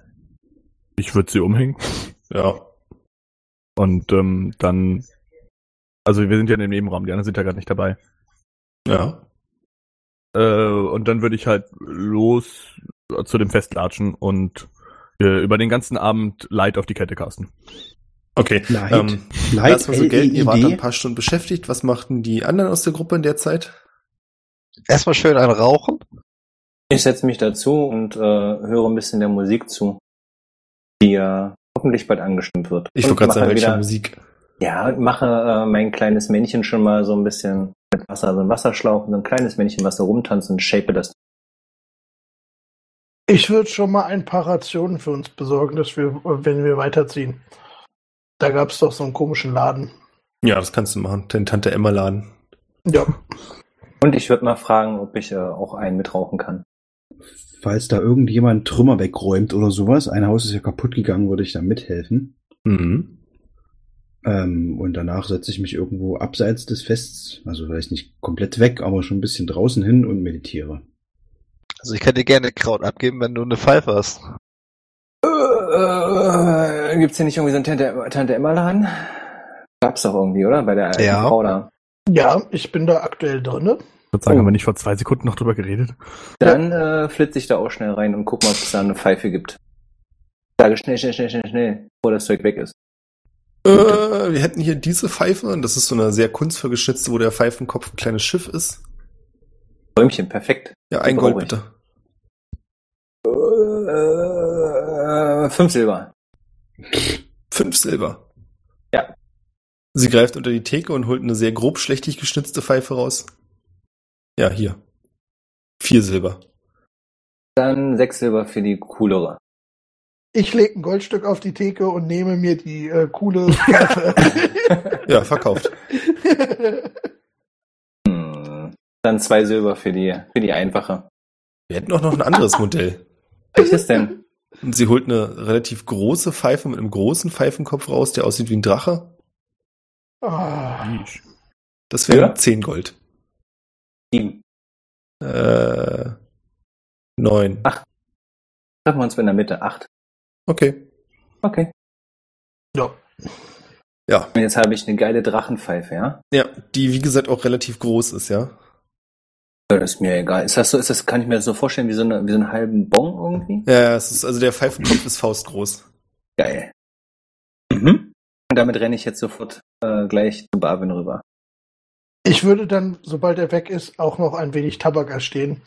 Ich würde sie umhängen. Ja. Und ähm, dann. Also wir sind ja in dem Nebenraum, die anderen sind ja gerade nicht dabei. Ja. Äh, und dann würde ich halt los äh, zu dem Fest latschen und äh, über den ganzen Abend Light auf die Kette casten. Okay. Leid. Ähm, Leid, erstmal so gelten, ihr wart LEID. ein paar Stunden beschäftigt. Was machten die anderen aus der Gruppe in der Zeit? Erstmal schön ein Rauchen. Ich setze mich dazu und äh, höre ein bisschen der Musik zu, die äh, hoffentlich bald angestimmt wird. Ich Und wollte gerade sagen, mache welche wieder- Musik. Ja, mache äh, mein kleines Männchen schon mal so ein bisschen mit Wasser, so ein Wasserschlauch, und so ein kleines Männchen, was da rumtanzt und shape das. Ich würde schon mal ein paar Rationen für uns besorgen, dass wir, wenn wir weiterziehen. Da gab es doch so einen komischen Laden. Ja, das kannst du machen. Den Tante Emma laden. Ja, Und ich würde mal fragen, ob ich äh, auch einen mitrauchen kann. Falls da irgendjemand Trümmer wegräumt oder sowas, ein Haus ist ja kaputt gegangen, würde ich da mithelfen. Mhm. Ähm, und danach setze ich mich irgendwo abseits des Fests, also vielleicht nicht komplett weg, aber schon ein bisschen draußen hin und meditiere. Also ich kann dir gerne Kraut abgeben, wenn du eine Pfeife hast. Äh, äh, gibt's hier nicht irgendwie so einen Tante, Tante Emma Laden? Gab's doch irgendwie, oder? Bei der alten Ja. Frau da. ja, ich bin da aktuell drinne. Ich würde sagen, Oh. haben wir nicht vor zwei Sekunden noch drüber geredet? Dann äh, flitze ich da auch schnell rein und guck mal, ob es da eine Pfeife gibt. Sage schnell, schnell, schnell, schnell, schnell, bevor das Zeug weg ist. Äh, wir hätten hier diese Pfeife. Das ist so eine sehr kunstvoll geschnitzte, wo der Pfeifenkopf ein kleines Schiff ist. Bäumchen, perfekt. Ja, ein Super ruhig. Gold bitte. Äh, fünf Silber. Fünf Silber. Ja. Sie greift unter die Theke und holt eine sehr grob schlechtig geschnitzte Pfeife raus. Ja, hier. Vier Silber. Dann sechs Silber für die coolere. Ich lege ein Goldstück auf die Theke und nehme mir die äh, (laughs) coole Pfeife. Ja, verkauft. Hm. Dann zwei Silber für die, für die einfache. (laughs) Wir hätten auch noch ein anderes Modell. Welches denn? Und sie holt eine relativ große Pfeife mit einem großen Pfeifenkopf raus, der aussieht wie ein Drache. (laughs) Ah, Das wären Ja. zehn Gold. Sieben. Äh, neun. Treffen wir uns in der Mitte. Acht. Okay. Okay. ja. Ja. Und jetzt habe ich eine geile Drachenpfeife, ja? Ja, die wie gesagt auch relativ groß ist, ja. Ja, Das ist mir egal. Ist das so, ist das, kann ich mir das so vorstellen, wie so, eine, wie so einen halben Bon irgendwie? Ja, ja, es ist, also der Pfeifenkopf ist faustgroß. Geil. Mhm. Und damit renne ich jetzt sofort äh, gleich zu Barwin rüber. Ich würde dann, sobald er weg ist, auch noch ein wenig Tabak erstehen.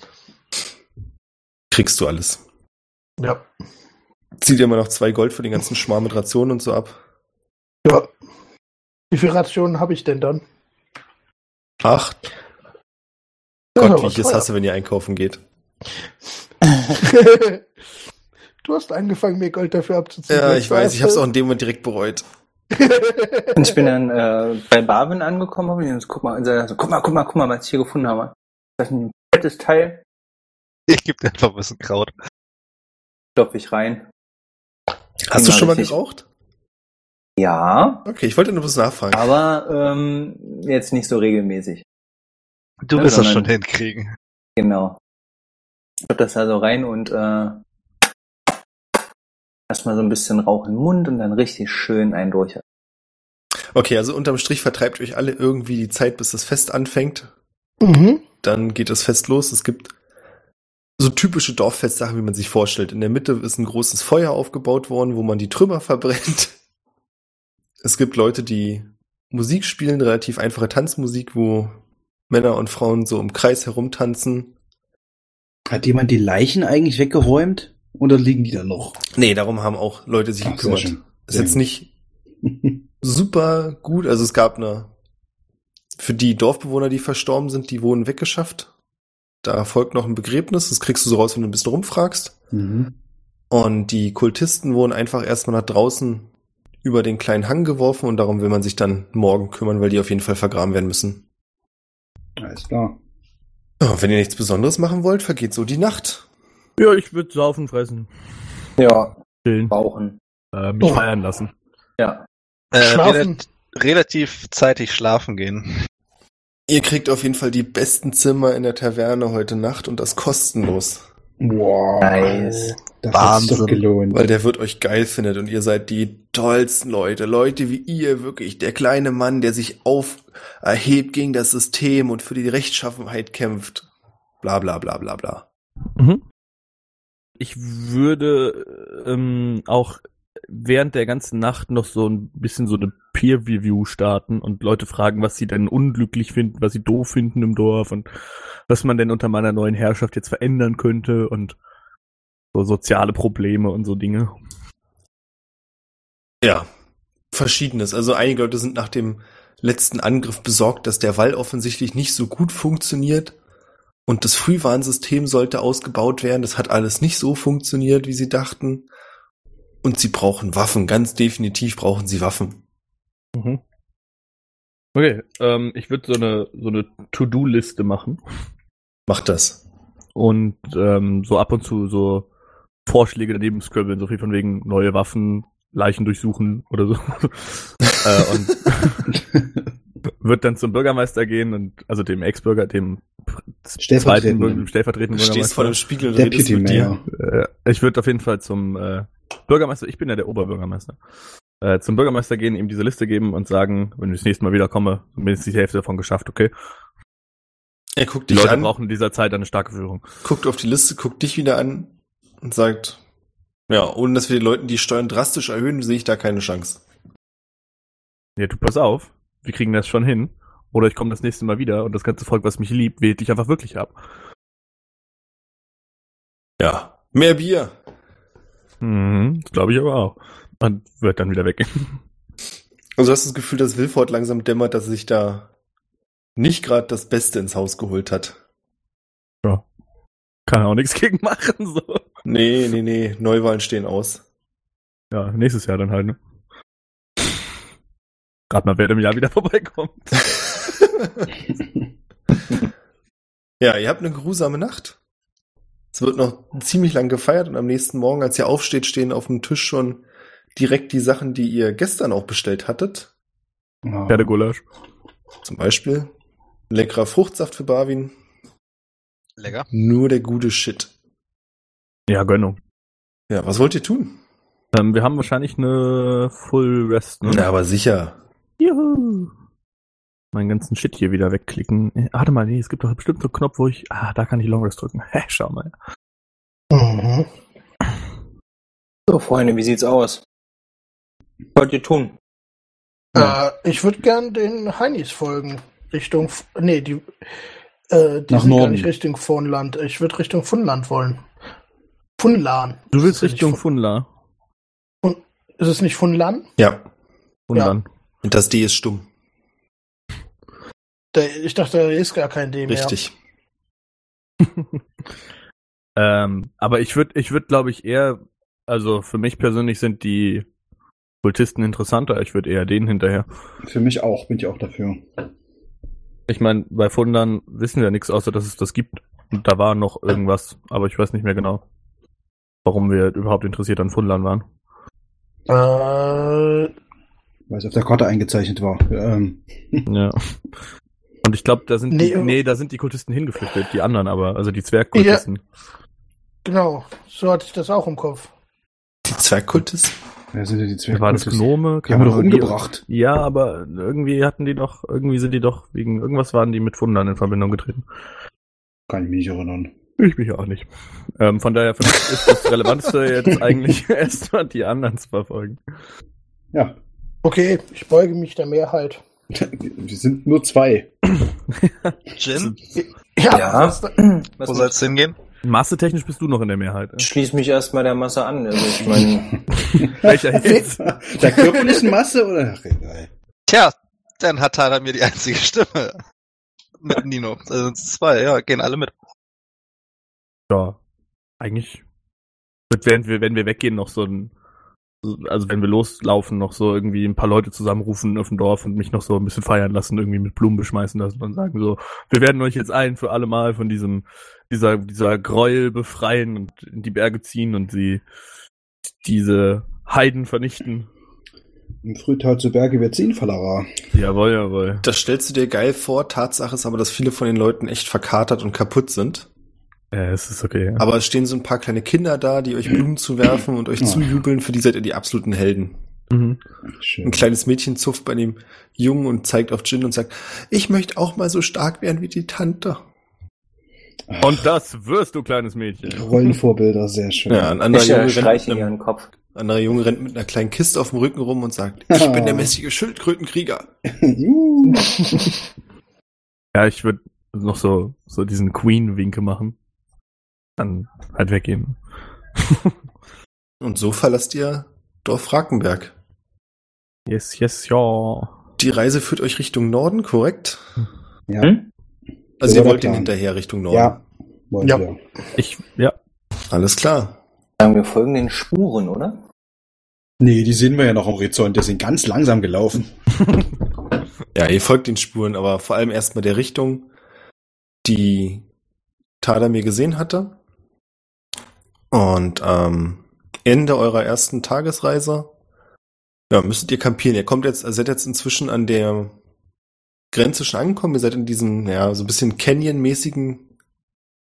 Kriegst du alles. Ja. Zieht dir immer noch zwei Gold für den ganzen Schmarrn mit Rationen und so ab. ja. Wie viele Rationen habe ich denn dann? Ach, Das ist Gott, aber wie ich es teuer. hasse, wenn ihr einkaufen geht. (laughs) du hast angefangen, mir Gold dafür abzuziehen. Ja, Jetzt ich weiß, ich weißt hab's du. auch in dem Moment direkt bereut. Und ich bin dann äh, bei Barwin angekommen hab ich gesagt, guck mal, und er so, guck mal, guck mal, guck mal, was ich hier gefunden habe. Das ist ein fettes Teil. Ich gebe dir einfach ein bisschen Kraut. Stopf ich rein. Hast du Genau, schon mal richtig. geraucht? Ah. Ja, Okay, ich wollte nur was nachfragen. aber ähm, jetzt nicht so regelmäßig. Du Ja, wirst das sondern- schon hinkriegen. Genau. Ich hab das da so rein und äh, erstmal so ein bisschen Rauch im Mund und dann richtig schön einen durch. Okay, also unterm Strich vertreibt euch alle irgendwie die Zeit, bis das Fest anfängt. (laughs) Mhm. Dann geht das Fest los. Es gibt so typische Dorffestsachen, wie man sich vorstellt. In der Mitte ist ein großes Feuer aufgebaut worden, wo man die Trümmer (laughs) verbrennt. Es gibt Leute, die Musik spielen, relativ einfache Tanzmusik, wo Männer und Frauen so im Kreis herumtanzen. Hat jemand die Leichen eigentlich weggeräumt? Oder liegen die da noch? Nee, darum haben auch Leute sich Ach, sehr gekümmert. schön. Ist jetzt nicht (laughs) super gut. Also es gab eine für die Dorfbewohner, die verstorben sind, die wurden weggeschafft. Da folgt noch ein Begräbnis, das kriegst du so raus, wenn du ein bisschen rumfragst. Mhm. Und die Kultisten wurden einfach erstmal nach draußen über den kleinen Hang geworfen und darum will man sich dann morgen kümmern, weil die auf jeden Fall vergraben werden müssen. Alles klar. Ja, wenn ihr nichts Besonderes machen wollt, vergeht so die Nacht. Ja, ich würde saufen, fressen, Ja, chillen, rauchen. äh, mich Oh. feiern lassen. Ja. Äh, Schlafen. relat- relativ zeitig schlafen gehen. Ihr kriegt auf jeden Fall die besten Zimmer in der Taverne heute Nacht und das kostenlos, Wow. Nice. Das hat sich Wahnsinn. doch gelohnt. weil der wird euch geil findet und ihr seid die tollsten Leute. Leute wie ihr, wirklich. Der kleine Mann, der sich auf erhebt gegen das System und für die Rechtschaffenheit kämpft. Bla bla bla bla bla. Ich würde ähm, auch während der ganzen Nacht noch so ein bisschen so eine Peer-Review starten und Leute fragen, was sie denn unglücklich finden, was sie doof finden im Dorf und was man denn unter meiner neuen Herrschaft jetzt verändern könnte und so soziale Probleme und so Dinge. Ja, verschiedenes. Also einige Leute sind nach dem letzten Angriff besorgt, dass der Wall offensichtlich nicht so gut funktioniert und das Frühwarnsystem sollte ausgebaut werden. Das hat alles nicht so funktioniert, wie sie dachten. Und sie brauchen Waffen, ganz definitiv brauchen sie Waffen. Okay, ähm, ich würde so eine so eine To-Do-Liste machen. Macht das. und ähm, so ab und zu so Vorschläge daneben scribbeln, so viel von wegen neue Waffen, Leichen durchsuchen oder so. (laughs) äh, und (laughs) wird dann zum Bürgermeister gehen und also dem Ex-Bürger, dem zweiten Stellvertretenden. Bürger- dem stellvertretenden Du stehst vor dem Bürgermeister. Spiegel und redest Deputy mit dir. Mayor. Äh, ich würde auf jeden Fall zum äh, Bürgermeister, ich bin ja der Oberbürgermeister, äh, zum Bürgermeister gehen, ihm diese Liste geben und sagen, wenn ich das nächste Mal wiederkomme, zumindest die Hälfte davon geschafft, okay. Er guckt Die dich Leute an, brauchen in dieser Zeit eine starke Führung. guckt auf die Liste, guckt dich wieder an und sagt, ja, ohne dass wir den Leuten die Steuern drastisch erhöhen, sehe ich da keine Chance. Ja, du pass auf, wir kriegen das schon hin. Oder ich komme das nächste Mal wieder und das ganze Volk, was mich liebt, wählt dich einfach wirklich ab. Ja. Mehr Bier. Mhm, das glaube ich aber auch. Man wird dann wieder weg. (laughs) Also hast du das Gefühl, dass Wilford langsam dämmert, dass er sich da nicht gerade das Beste ins Haus geholt hat. Kann er auch nichts gegen machen, so. Nee, nee, nee. Neuwahlen stehen (laughs) aus. Ja, nächstes Jahr dann halt, ne? Gerade mal, wer im Jahr wieder (laughs) vorbeikommt. ja, ihr habt eine geruhsame Nacht. Es wird noch ziemlich lang gefeiert und am nächsten Morgen, als ihr aufsteht, stehen auf dem Tisch schon direkt die Sachen, die ihr gestern auch bestellt hattet. Ah, Pferdegulasch. Zum Beispiel leckerer Fruchtsaft für Barwin. Lecker. Nur der gute Shit. Ja, Gönnung. Ja, was wollt ihr tun? Ähm, wir haben wahrscheinlich eine Full Rest, ne? Na, aber sicher. Juhu. Meinen ganzen Shit hier wieder wegklicken. Äh, Warte mal, nee, es gibt doch bestimmt so einen Knopf, wo ich. Ah, da kann ich Long Rest drücken. Hä, schau mal. Mhm. So, Freunde, wie sieht's aus? Was wollt ihr tun? Äh, ich würde gern den Heinis folgen. Richtung. F- Nee, die. Äh, die Nach sind gar Norden. nicht Richtung Vonland. Ich würde Richtung Funland wollen. Funlan. Du willst Ist es nicht Richtung Fun- Funla. Ist es nicht Funlan? Ja. Funlan. Und das D ist stumm. Da, ich dachte, da ist gar kein D mehr. Richtig. Ähm, aber ich würde, ich würde, glaube ich, eher. Also für mich persönlich sind die Kultisten interessanter. Ich würde eher denen hinterher. Für mich auch, bin ich auch dafür. Ich meine, bei Funlan wissen wir nichts, außer dass es das gibt. Und da war noch irgendwas, aber ich weiß nicht mehr genau, warum wir überhaupt interessiert an Funlan (laughs) waren. Äh, Weil es auf der Karte eingezeichnet war. Ähm, Ja. Und ich glaube, da sind die, Nee, nee, da sind die Kultisten hingeflüchtet, die anderen aber, also die Zwergkultisten. genau. So hatte ich das auch im Kopf. Die Zwergkultisten? wer sind denn die Ja. Zwerge? War das Gnome? Die haben wir doch Keine Ahnung. umgebracht. Ja, aber irgendwie hatten die doch, irgendwie sind die doch wegen irgendwas waren die mit Fundern in Verbindung getreten. Kann ich mich nicht erinnern. Ich mich auch nicht. Ähm, von daher für mich ist das Relevanteste jetzt (laughs) eigentlich erstmal die anderen zu verfolgen. Ja, Okay, ich beuge mich der Mehrheit. wir sind nur zwei. Jin, Ja. was da- wo Was soll's hingehen? Massetechnisch bist du noch in der Mehrheit. ne? ich schließe mich erstmal der Masse an. Also ich (laughs) meine, (laughs) Welcher jetzt? (laughs) Der körperlichen Masse oder? Ach, egal. Tja, dann hat Tada mir die einzige Stimme. Mit Nino. Also sind's zwei, ja, gehen alle mit. Ja, eigentlich wird, während wir, wenn wir weggehen, noch so ein, also wenn wir loslaufen, noch so irgendwie ein paar Leute zusammenrufen auf dem Dorf und mich noch so ein bisschen feiern lassen, irgendwie mit Blumen beschmeißen lassen und sagen so, wir werden euch jetzt ein für alle Mal von diesem, dieser, dieser Gräuel befreien und in die Berge ziehen und sie diese Heiden vernichten. Im Frühtal zu Berge wird sie Fallerer. Jawohl, jawohl. Das stellst du dir geil vor. Tatsache ist aber, dass viele von den Leuten echt verkatert und kaputt sind. Ja, es ist okay. Aber es stehen so ein paar kleine Kinder da, die euch Blumen zuwerfen und euch Ja. zujubeln. Für die seid ihr die absoluten Helden. Mhm. Schön. Ein kleines Mädchen zupft bei dem Jungen und zeigt auf Jin und sagt, ich möchte auch mal so stark werden wie die Tante. Und das wirst du, kleines Mädchen. (laughs) Rollenvorbilder, sehr schön. Ja, ein anderer ich äh, Junge, rennt streiche mit ihr einem, den Kopf. anderer Junge rennt mit einer kleinen Kiste auf dem Rücken rum und (laughs) sagt, ich bin der mächtige Schildkrötenkrieger. (laughs) Juhu. Ja, ich würde noch so, so diesen Queen-Winke machen. Dann halt weggehen. Und so verlasst ihr Dorf Rakenberg. Yes, yes, ja. Die Reise führt euch Richtung Norden, korrekt? ja, Hm? Also So ihr war wollt der den Plan. hinterher Richtung Norden. ja. Wollen Ja. wir. Ich, ja. Alles klar. Sagen wir folgen den Spuren, oder? Nee, die sehen wir ja noch am Horizont. Die sind ganz langsam gelaufen. Ja, ihr folgt den Spuren, aber vor allem erstmal der Richtung, die Tada mir gesehen hatte. Und ähm, Ende eurer ersten Tagesreise ja, müsstet ihr kampieren. Ihr kommt jetzt, also seid jetzt inzwischen an der Grenze schon angekommen. Ihr seid in diesem, ja, so ein bisschen Canyon-mäßigen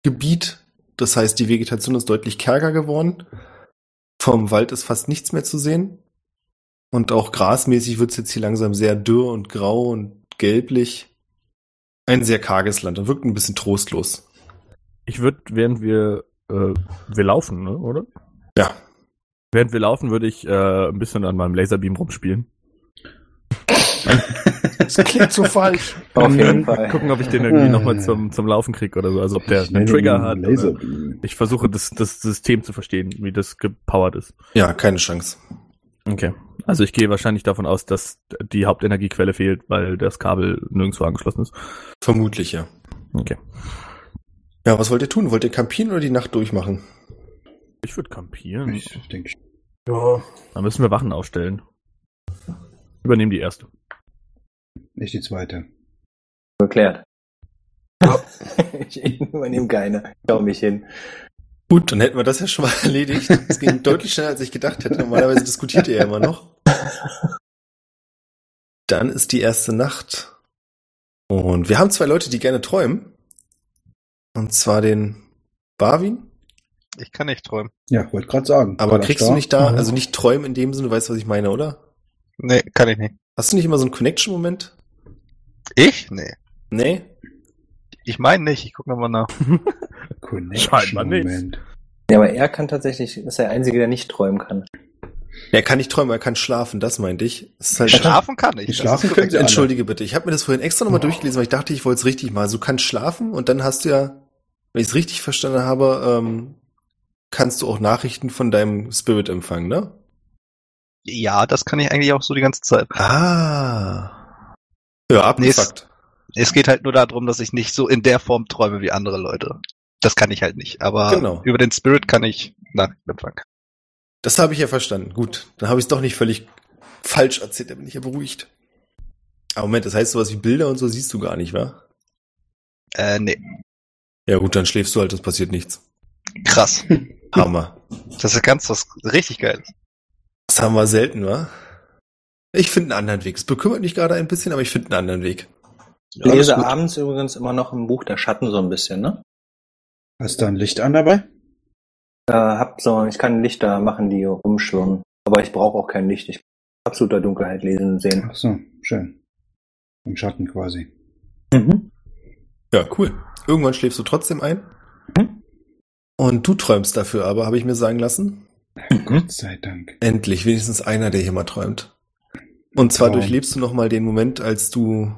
Gebiet. Das heißt, die Vegetation ist deutlich kärger geworden. Vom Wald ist fast nichts mehr zu sehen. Und auch grasmäßig wird's jetzt hier langsam sehr dürr und grau und gelblich. Ein sehr karges Land und wirkt ein bisschen trostlos. Ich würde, während wir, äh, wir laufen, ne, oder? Ja. Während wir laufen, würde ich äh, ein bisschen an meinem Laserbeam rumspielen. Das klingt so falsch. Auf jeden Fall. Gucken, ob ich den irgendwie nochmal zum, zum Laufen kriege oder so. Also ob der einen Trigger hat. Oder. Laserbeam. Ich versuche das, das System zu verstehen, wie das gepowert ist. Ja, keine Chance. Okay. Also ich gehe wahrscheinlich davon aus, dass die Hauptenergiequelle fehlt, weil das Kabel nirgendwo angeschlossen ist. Vermutlich, ja. Okay. Ja, was wollt ihr tun? Wollt ihr campieren oder die Nacht durchmachen? Ich würde kampieren. Ich denke schon. (laughs) Ja, Dann müssen wir Wachen aufstellen. Übernehmen die erste. Nicht die zweite. Geklärt. (laughs) ich übernehme keine. Ich hau mich hin. Gut, dann hätten wir das ja schon mal (laughs) erledigt. Es ging deutlich schneller, als ich gedacht hätte. Normalerweise diskutiert ihr ja immer noch. Dann ist die erste Nacht. Und wir haben zwei Leute, die gerne träumen. Und zwar den Barwin. Ich kann nicht träumen. Ja, wollte gerade sagen. Aber War das kriegst du stark? nicht da, Mhm. also nicht träumen in dem Sinne, du weißt, was ich meine, oder? Nee, kann ich nicht. Hast du nicht immer so einen Connection-Moment? Ich? Nee. Nee? Ich meine nicht. Ich gucke nochmal nach. Scheinbar nicht. Connection-Moment. Ja, aber er kann tatsächlich, ist der Einzige, der nicht träumen kann. Er kann nicht träumen, er kann schlafen, das meinte ich. Es Ist halt Schlafen kann ich. Die das schlafen ist können sie korrekt. alle. Entschuldige bitte, ich habe mir das vorhin extra nochmal durchgelesen, weil ich dachte, ich wollte es richtig mal. Also Du kannst schlafen und dann hast du ja, wenn ich es richtig verstanden habe, ähm, kannst du auch Nachrichten von deinem Spirit empfangen, ne? Ja, das kann ich eigentlich auch so die ganze Zeit. Ah. Ja, abgefuckt. Es geht halt nur darum, dass ich nicht so in der Form träume wie andere Leute. Das kann ich halt nicht. Aber Genau. über den Spirit kann ich Nachrichten empfangen. Das habe ich ja verstanden. Gut, dann habe ich es doch nicht völlig falsch erzählt, da bin ich ja beruhigt. Aber Moment, das heißt, sowas wie Bilder und so siehst du gar nicht, wa? Äh, nee. Ja gut, dann schläfst du halt, es passiert nichts. Krass. Hammer. Das ist ganz was richtig geil. Das haben wir selten, wa? Ich finde einen anderen Weg. Es bekümmert mich gerade ein bisschen, aber ich finde einen anderen Weg. Ich alles lese gut. abends übrigens immer noch im Buch der Schatten so ein bisschen, ne? Hast du ein Licht an dabei? Äh, hab so, ich kann Lichter machen, die rumschwirren. Aber ich brauche auch kein Licht. Ich kann in absoluter Dunkelheit lesen und sehen. Ach so, schön. Im Schatten quasi. Mhm. Ja, cool. Irgendwann schläfst du trotzdem ein. Mhm. Und du träumst dafür aber, habe ich mir sagen lassen. Gott sei Dank. Endlich, wenigstens einer, der hier mal träumt. Und zwar Traum. durchlebst du nochmal den Moment, als du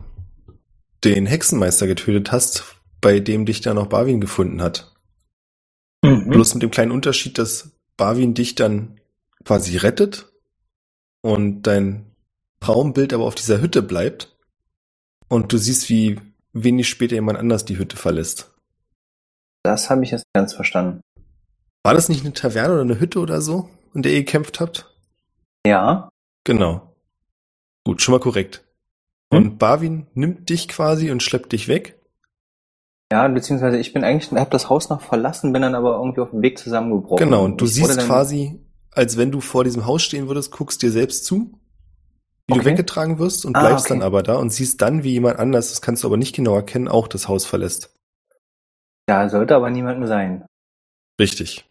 den Hexenmeister getötet hast, bei dem dich dann noch Barwin gefunden hat. Mhm. Bloß mit dem kleinen Unterschied, dass Barwin dich dann quasi rettet und dein Traumbild aber auf dieser Hütte bleibt. Und du siehst, wie wenig später jemand anders die Hütte verlässt. Das habe ich jetzt ganz verstanden. War das nicht eine Taverne oder eine Hütte oder so, in der ihr gekämpft habt? Ja, Genau. Gut, schon mal korrekt. Hm? Und Barwin nimmt dich quasi und schleppt dich weg. ja, beziehungsweise ich bin eigentlich, habe das Haus noch verlassen, bin dann aber irgendwie auf dem Weg zusammengebrochen. genau, und du Ich wurde siehst dann- quasi, als wenn du vor diesem Haus stehen würdest, guckst dir selbst zu, wie du Okay. weggetragen wirst und Ah, bleibst okay. dann aber da und siehst dann, wie jemand anders, das kannst du aber nicht genau erkennen, auch das Haus verlässt. Ja, sollte aber niemandem sein. Richtig.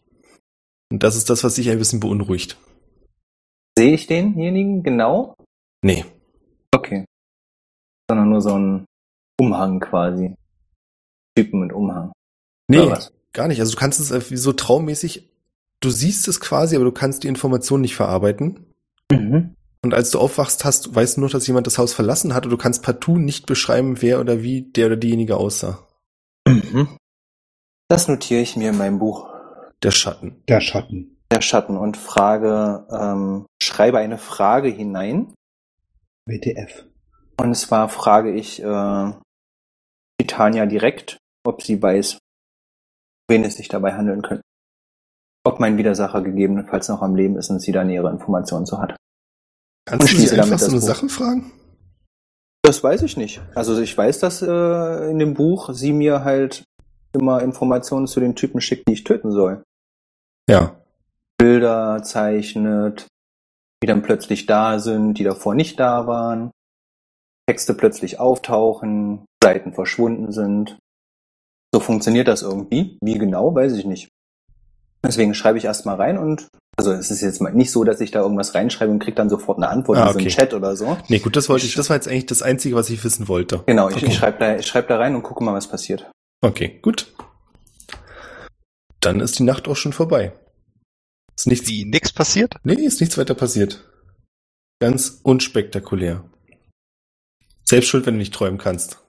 Und das ist das, was dich ein bisschen beunruhigt. Sehe ich denjenigen genau? Nee. Okay. Sondern nur so ein Umhang quasi. Typen mit Umhang. Nee, Oder was? Gar nicht. Also du kannst es äh, wie so traummäßig, du siehst es quasi, aber du kannst die Information nicht verarbeiten. Mhm. Und als du aufwachst, hast, weißt du nur, dass jemand das Haus verlassen hat und du kannst partout nicht beschreiben, wer oder wie der oder diejenige aussah. Mhm. Das notiere ich mir in meinem Buch Der Schatten. Der Schatten. Der Schatten und frage, ähm, schreibe eine Frage hinein. WTF. Und zwar frage ich äh, Titania direkt, ob sie weiß, wen es sich dabei handeln könnte. Ob mein Widersacher gegebenenfalls noch am Leben ist und sie da nähere Informationen zu hat. Kannst du schließe sie einfach damit so das eine Buch. Sache fragen? Das weiß ich nicht. Also ich weiß, dass äh, in dem Buch sie mir halt immer Informationen zu den Typen schickt, die ich töten soll. Ja. Bilder zeichnet, die dann plötzlich da sind, die davor nicht da waren, Texte plötzlich auftauchen, Seiten verschwunden sind. So funktioniert das irgendwie. Wie genau, weiß ich nicht. Deswegen schreibe ich erstmal rein und also es ist jetzt mal nicht so, dass ich da irgendwas reinschreibe und krieg dann sofort eine Antwort Ah, in so einem okay. Chat oder so. Nee, gut, das wollte ich, das war jetzt eigentlich das Einzige, was ich wissen wollte. Genau, ich, Okay. ich schreibe da, ich schreib da rein und gucke mal, was passiert. Okay, gut. Dann ist die Nacht auch schon vorbei. Ist nichts, Wie, nix passiert? nee, ist nichts weiter passiert. Ganz unspektakulär. Selbst schuld, wenn du nicht träumen kannst.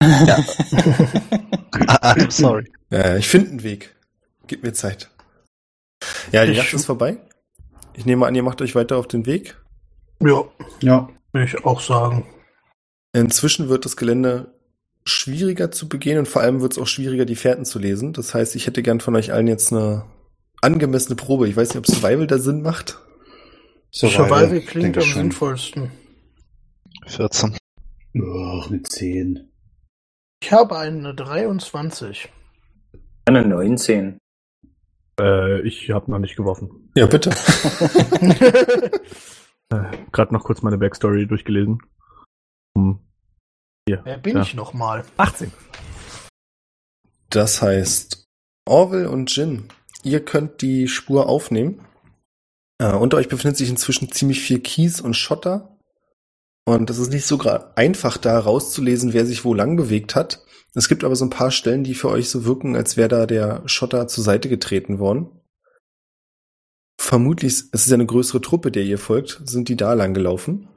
I'm Ah, sorry. Ja, Äh, ich finde einen Weg. Gib mir Zeit. Ja, die Ich- Nacht ist vorbei. Ich nehme an, ihr macht euch weiter auf den Weg. Ja, Ja, würde ich auch sagen. Inzwischen wird das Gelände schwieriger zu begehen und vor allem wird es auch schwieriger, die Fährten zu lesen. Das heißt, ich hätte gern von euch allen jetzt eine angemessene Probe. Ich weiß nicht, ob Survival da Sinn macht. Survival ich klingt denke am schon. sinnvollsten. 14. Ach, eine 10. Ich habe eine 23. (laughs) Eine 19. Äh, ich habe noch nicht geworfen. Ja, bitte. Gerade noch kurz meine Backstory durchgelesen. Hm. Wer bin Ja. ich nochmal? 18. Das heißt, Orwell und Jin, ihr könnt die Spur aufnehmen. Äh, unter euch befindet sich inzwischen ziemlich viel Kies und Schotter. Und es ist nicht so gra- einfach, da rauszulesen, wer sich wo lang bewegt hat. Es gibt aber so ein paar Stellen, die für euch so wirken, als wäre da der Schotter zur Seite getreten worden. Vermutlich, es ist ja eine größere Truppe, der ihr folgt, sind die da lang gelaufen.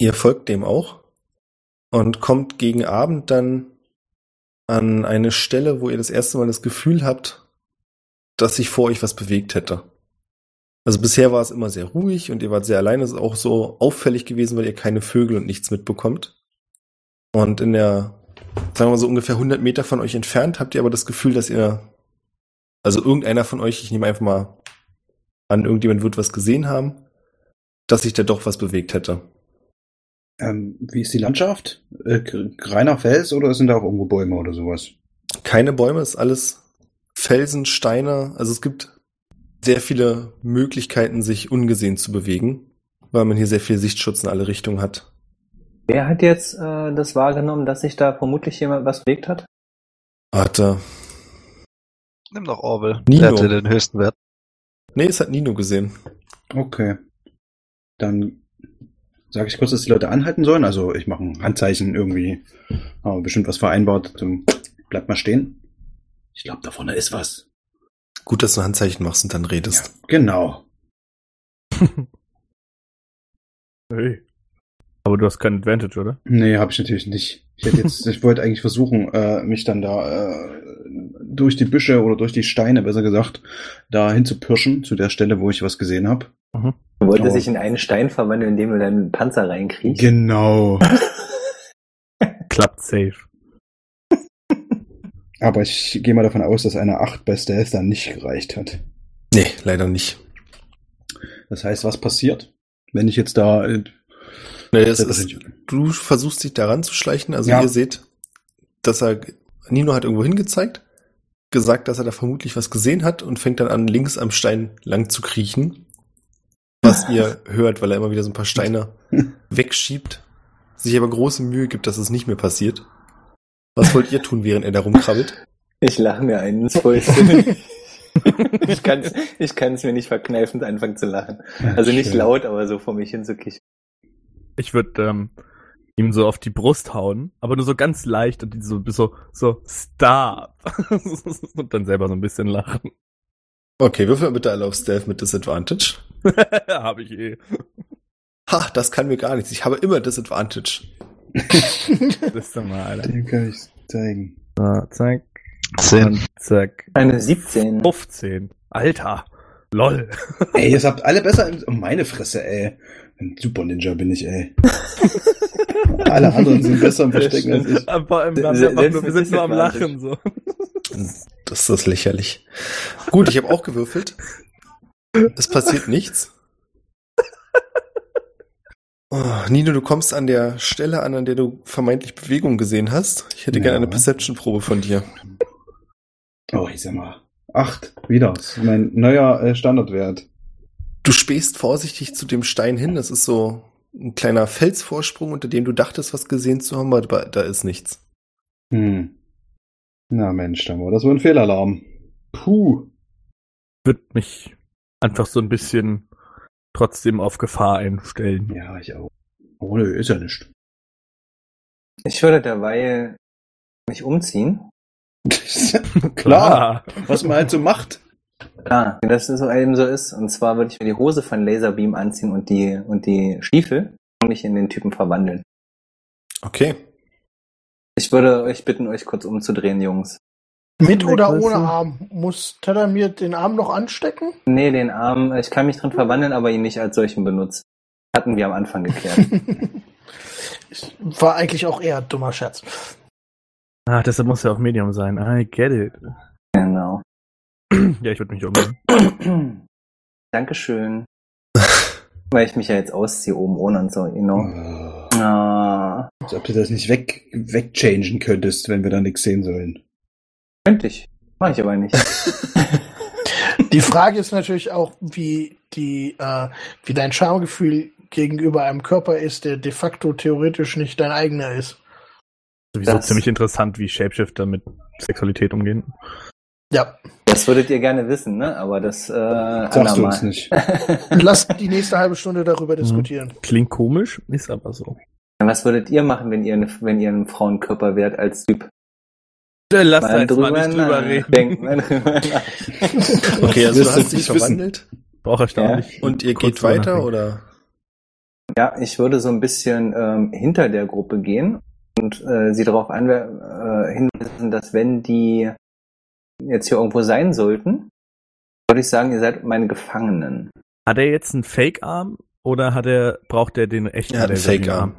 Ihr folgt dem auch und kommt gegen Abend dann an eine Stelle, wo ihr das erste Mal das Gefühl habt, dass sich vor euch was bewegt hätte. Also bisher war es immer sehr ruhig und ihr wart sehr alleine. Es ist auch so auffällig gewesen, weil ihr keine Vögel und nichts mitbekommt. Und in der, sagen wir mal so ungefähr 100 Meter von euch entfernt, habt ihr aber das Gefühl, dass ihr, also irgendeiner von euch, ich nehme einfach mal an, irgendjemand wird was gesehen haben, dass sich da doch was bewegt hätte. Ähm, wie ist die Landschaft? Äh, gr- reiner Fels oder sind da auch irgendwo Bäume oder sowas? keine Bäume, ist alles Felsen, Steine. Also es gibt sehr viele Möglichkeiten, sich ungesehen zu bewegen, weil man hier sehr viel Sichtschutz in alle Richtungen hat. Wer hat jetzt äh, das wahrgenommen, dass sich da vermutlich jemand was bewegt hat? Warte. Nimm doch Orwell. Nino. Der hatte den höchsten Wert. Nee, es hat Nino gesehen. Okay. Dann sage ich kurz, dass die Leute anhalten sollen. Also ich mache ein Handzeichen irgendwie. Haben wir bestimmt was vereinbart. Dann Bleibt mal stehen. Ich glaube, da vorne ist was. Gut, dass du Handzeichen machst und dann redest. Genau. Hey. Aber du hast kein Advantage, oder? Nee, habe ich natürlich nicht. Ich, hätte (laughs) jetzt, ich wollte eigentlich versuchen, äh, mich dann da äh, durch die Büsche oder durch die Steine, besser gesagt, da hinzupirschen, zu der Stelle, wo ich was gesehen habe. Du wolltest Oh. dich in einen Stein verwandeln, indem du deinen Panzer reinkriegst. Genau. Klappt safe. Aber ich gehe mal davon aus, dass eine 8 bei Stealth dann nicht gereicht hat. Nee, leider nicht. Das heißt, was passiert, wenn ich jetzt da... äh, Nee, es das ist, du versuchst dich daran zu schleichen. Also Ja. ihr seht, dass er, Nino hat irgendwo hingezeigt, gesagt, dass er da vermutlich was gesehen hat und fängt dann an, links am Stein lang zu kriechen. Was ihr hört, weil er immer wieder so ein paar Steine wegschiebt, sich aber große Mühe gibt, dass es nicht mehr passiert. Was wollt ihr tun, während er da rumkrabbelt? Ich lache mir einen ins Fäustchen. ich kann es ich kann's mir nicht verkneifen, anfangen zu lachen. Also nicht Schön. laut, aber so vor mich hin zu kichern. Ich würde ähm, ihm so auf die Brust hauen, aber nur so ganz leicht und die so so so stop (laughs) und dann selber so ein bisschen lachen. (laughs) Okay, würfel mal bitte alle auf Stealth mit Disadvantage. Habe ich eh. Ha, das kann mir gar nichts. Ich habe immer Disadvantage. Das ist doch mal, Alter. Dem kann ich zeigen. So, zack, 10. und zack. Eine 17. 15. Alter. Lol. Ey, ihr habt alle besser... im- Oh, meine Fresse, ey. Ein Super Ninja bin ich, ey. (laughs) alle anderen sind besser im Verstecken als ich. Aber ähm, wir, haben Se- (laughs) selbst einfach nur, wir mit sind nur am Disadvantage. Lachen so. Das ist das lächerlich. Gut, ich habe auch gewürfelt. Es passiert nichts. Oh, Nino, du kommst an der Stelle an, an der du vermeintlich Bewegung gesehen hast. Ich hätte Ja. gerne eine Perception-Probe von dir. Oh, ich sag mal. Acht, wieder. Das ist mein neuer äh, Standardwert. Du spähst vorsichtig zu dem Stein hin. Das ist so ein kleiner Felsvorsprung, unter dem du dachtest, was gesehen zu haben, aber da ist nichts. Hm. Na Mensch, dann war das wohl ein Fehlalarm. Puh. Wird mich einfach so ein bisschen trotzdem auf Gefahr einstellen. Ja, ich auch. Oh, nö, ist ja (laughs) nicht. Ich würde derweil mich umziehen. Klar, was man halt so macht. Klar, wenn das so eben so ist. Und zwar würde ich mir die Hose von Laserbeam anziehen und die, und die Stiefel und mich in den Typen verwandeln. Okay. Ich würde euch bitten, euch kurz umzudrehen, Jungs. Mit oder Klasse. ohne Arm? Muss Teller mir den Arm noch anstecken? (laughs) Nee, den Arm, ich kann mich drin verwandeln, aber ihn nicht als solchen benutzen. Hatten wir am Anfang (laughs) geklärt. War eigentlich auch eher ein dummer Scherz. (laughs) Ah, deshalb muss ja auch Medium sein. I get it. genau. ja, ich würde mich umbringen. (clears throat) Dankeschön. Weil ich mich ja jetzt ausziehe oben ohne und so, you know. Mhm. Als Ah, Genau. ob du das nicht weg, wegchangen könntest, wenn wir da nichts sehen sollen. könnte ich. Mach ich aber nicht. Die Frage ist natürlich auch, wie, die, äh, wie dein Schamgefühl gegenüber einem Körper ist, der de facto theoretisch nicht dein eigener ist. Sowieso Das- ziemlich interessant, wie Shapeshifter mit Sexualität umgehen. Ja, Das würdet ihr gerne wissen, ne? Aber das äh, Sagst du andermal. uns nicht. lass die nächste halbe Stunde darüber diskutieren. Klingt komisch, ist aber so. Was würdet ihr machen, wenn ihr, eine, wenn ihr einen Frauenkörper wärt als Typ? Lass Mal nachdenken, (laughs) mal drüber nach- Okay, also du wirst du hast dich nicht wissen. verwandelt Auch erstaunlich. und ihr Kurz geht weiter nachdenken. oder? Ja, ich würde so ein bisschen ähm, hinter der Gruppe gehen und äh, sie darauf anwer- äh, hinweisen, dass wenn die jetzt hier irgendwo sein sollten, würde ich sagen, ihr seid meine Gefangenen. Hat er jetzt einen Fake-Arm oder hat er, braucht er den echten Er hat einen Laser- Fake-Arm.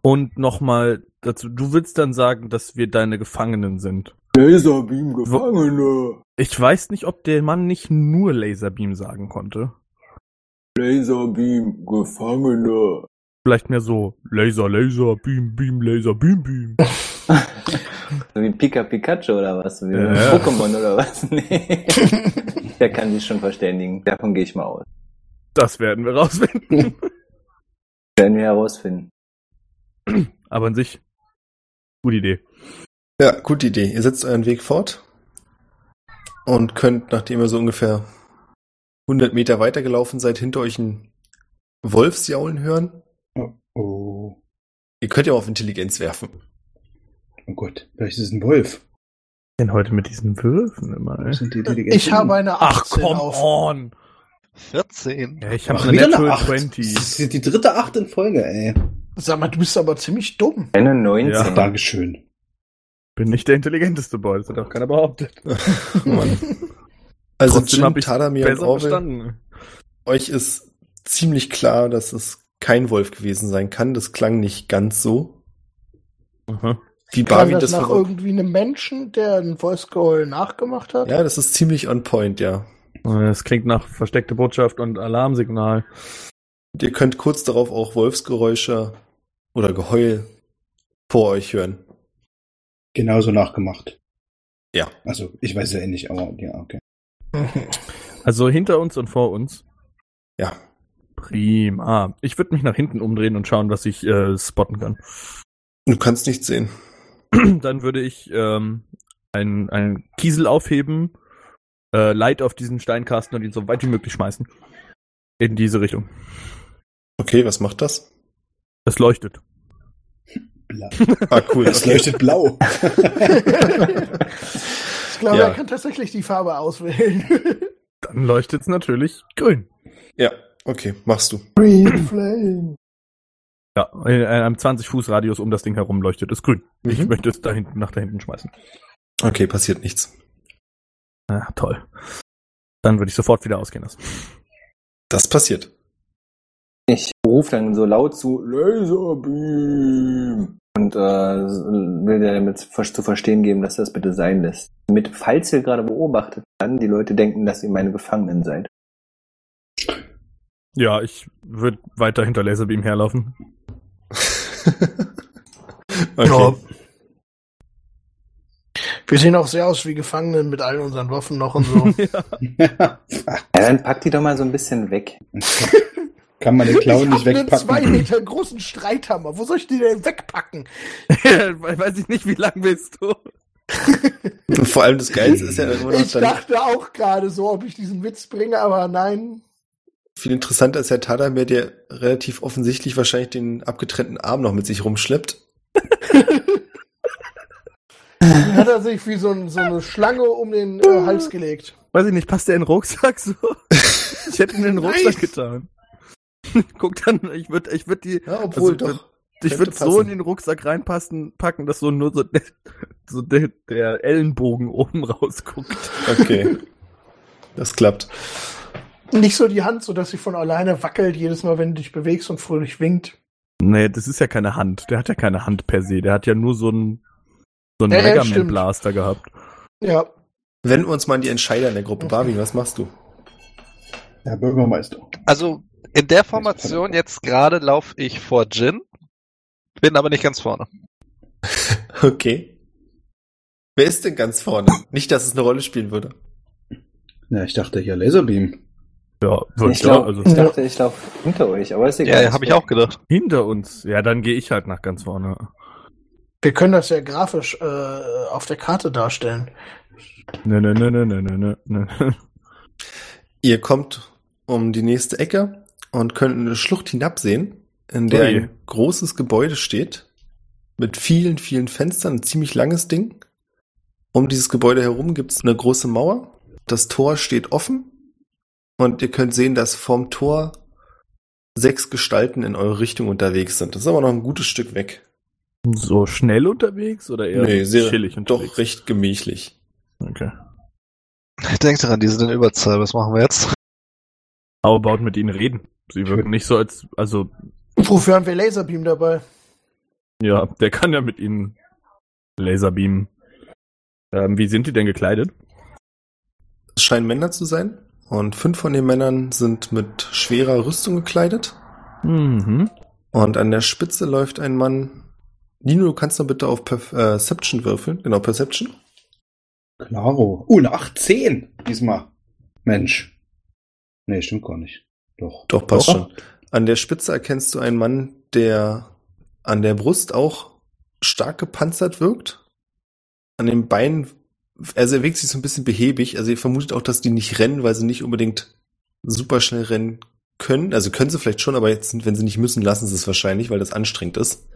Und nochmal dazu, du willst dann sagen, dass wir deine Gefangenen sind. Laserbeam Gefangene! Ich weiß nicht, ob der Mann nicht nur Laserbeam sagen konnte. Laserbeam Gefangene! Vielleicht mehr so Laser, Laser, Beam, Beam, Laser, Beam, Beam. So wie Pika Pikachu oder was? Wie Ja. Pokémon oder was? (laughs) (laughs) Nee. der kann sich schon verständigen. Davon gehe ich mal aus. Das werden wir rausfinden. Werden wir herausfinden. Aber an sich, gute Idee. Ja, gute Idee. Ihr setzt euren Weg fort und könnt, nachdem ihr so ungefähr 100 Meter weitergelaufen seid, hinter euch ein Wolfsjaulen hören. Oh, oh, Ihr könnt ja auch auf Intelligenz werfen. (laughs) oh Gott, vielleicht ist es ein Wolf. Denn heute mit diesen Würfen immer, Wo sind die Intelligenz? Ich habe eine Ach, 18 come auf. on! 14. Ja, ich habe Ach, eine wieder eine Natural Acht. 20. Das (laughs) ist die dritte Acht in Folge, ey. Sag mal, du bist aber ziemlich dumm. Eine 19. Ja. Dankeschön. Bin nicht der intelligenteste Boy, das hat auch keiner behauptet. (laughs) Also Trotzdem Jim, hab ich Tadamir und Besser Orwell, verstanden. euch ist ziemlich klar, dass es kein Wolf gewesen sein kann. Das klang nicht ganz so. Aha. Wie Barwin War das das nach verrückt. irgendwie einem Menschen, der ein Voice Goal nachgemacht (laughs) hat? Ja, das ist ziemlich on point, ja. Das klingt nach versteckte Botschaft und Alarmsignal. Und ihr könnt kurz darauf auch Wolfsgeräusche oder Geheul vor euch hören. Genauso nachgemacht. Ja. Also, ich weiß es ja eh nicht, aber ja, okay. Also hinter uns und vor uns. Ja. Prima. Ich würde mich nach hinten umdrehen und schauen, was ich äh, spotten kann. (clears throat) Du kannst nichts sehen. Dann würde ich ähm, einen, einen Kiesel aufheben, äh, Light auf diesen Steinkasten und ihn so weit wie möglich schmeißen. In diese Richtung. Okay, was macht das? Es leuchtet. Bla. Ah, cool. Es Okay. leuchtet blau. Ich glaube, Ja. er kann tatsächlich die Farbe auswählen. Dann leuchtet es natürlich grün. Ja, okay, machst du. (laughs) Green Flame. Ja, in einem 20-Fuß-Radius um das Ding herum leuchtet es grün. Ich Mhm. möchte es da hinten, nach da hinten schmeißen. Okay, passiert nichts. Ja, toll. Dann würde ich sofort wieder ausgehen lassen. Das passiert. Ich rufe dann so laut zu Laserbeam und äh, will dir damit ver- zu verstehen geben, dass das bitte sein lässt. Mit, falls ihr gerade beobachtet, dann die Leute denken, dass ihr meine Gefangenen seid. Ja, ich würde weiter hinter Laserbeam herlaufen. okay. Wir sehen auch sehr aus wie Gefangene mit all unseren Waffen noch und so. Ja, dann packt die doch mal so ein bisschen weg. Kann man den ich Clown nicht hab einen zwei wegpacken. Meter großen Streithammer. Wo soll ich den denn wegpacken? Weiß ich nicht, wie lang bist du? Vor allem das Geilste ist ja immer noch Ich dann, dachte auch gerade so, ob ich diesen Witz bringe, aber nein. viel interessanter ist ja Tadamir, der relativ offensichtlich wahrscheinlich den abgetrennten Arm noch mit sich rumschleppt. Dann hat er sich wie so, ein, so eine Schlange um den äh, Hals gelegt. Weiß ich nicht, passt der in den Rucksack (laughs) so? Ich hätte ihn in den Rucksack getan. (laughs) Guck dann, ich würde ich würd die. Ja, obwohl Also, doch. Ich würde Könnte so in passen. den Rucksack reinpassen, packen, dass so nur so, der- so der, der Ellenbogen oben rausguckt. Okay. Das klappt. Nicht so die Hand, so dass sie von alleine wackelt, jedes Mal, wenn du dich bewegst und fröhlich winkt. Nee, das ist ja keine Hand. Der hat ja keine Hand per se. Der hat ja nur so einen, so einen Ja, ja, Mega Man stimmt. Blaster gehabt. Ja, Wenden wir uns mal an die Entscheider in der Gruppe. Barbie, was machst du? Herr Bürgermeister. Also in der Formation jetzt gerade laufe ich vor Jin, bin aber nicht ganz vorne. Okay. Wer ist denn ganz vorne? Nicht, dass es eine Rolle spielen würde. Na, ich dachte hier Laserbeam. Ja, Ich, glaub, also ich dachte, ich laufe hinter euch, aber ist egal. Ja, habe ich auch (laughs) gedacht. hinter uns. Ja, dann gehe ich halt nach ganz vorne. wir können das ja grafisch äh, auf der Karte darstellen. Ne, ne, ne, ne, ne, ne, ne, ne. Ihr kommt um die nächste Ecke und könnt eine Schlucht hinabsehen, in der Ui. ein großes Gebäude steht, mit vielen, vielen Fenstern, ein ziemlich langes Ding. Um dieses Gebäude herum gibt's eine große Mauer. Das Tor steht offen und ihr könnt sehen, dass vorm Tor sechs Gestalten in eure Richtung unterwegs sind. Das ist aber noch ein gutes Stück weg. So schnell unterwegs oder eher Nee, sehr- chillig unterwegs? Doch recht gemächlich. Okay. Denkt daran, die sind in Überzahl. Was machen wir jetzt? Aber baut mit ihnen reden. Sie wirken nicht so als, also, Wofür haben wir Laserbeam dabei? ja, der kann ja mit ihnen Laserbeamen. Ähm, wie sind die denn gekleidet? Es scheinen Männer zu sein. Und fünf von den Männern sind mit schwerer Rüstung gekleidet. Mhm. Und an der Spitze läuft ein Mann. Nino, du kannst doch bitte auf Perf- äh, Perception würfeln. Genau, Perception. Klaro. Oh, eine 18 diesmal. Mensch. Nee, stimmt gar nicht. Doch. Doch, passt Doch. schon. An der Spitze erkennst du einen Mann, der an der Brust auch stark gepanzert wirkt. An den Beinen, also er wirkt sich so ein bisschen behäbig. Also ihr vermutet auch, dass die nicht rennen, weil sie nicht unbedingt super schnell rennen können. Also können sie vielleicht schon, aber jetzt, sind- wenn sie nicht müssen, lassen sie es wahrscheinlich, weil das anstrengend ist.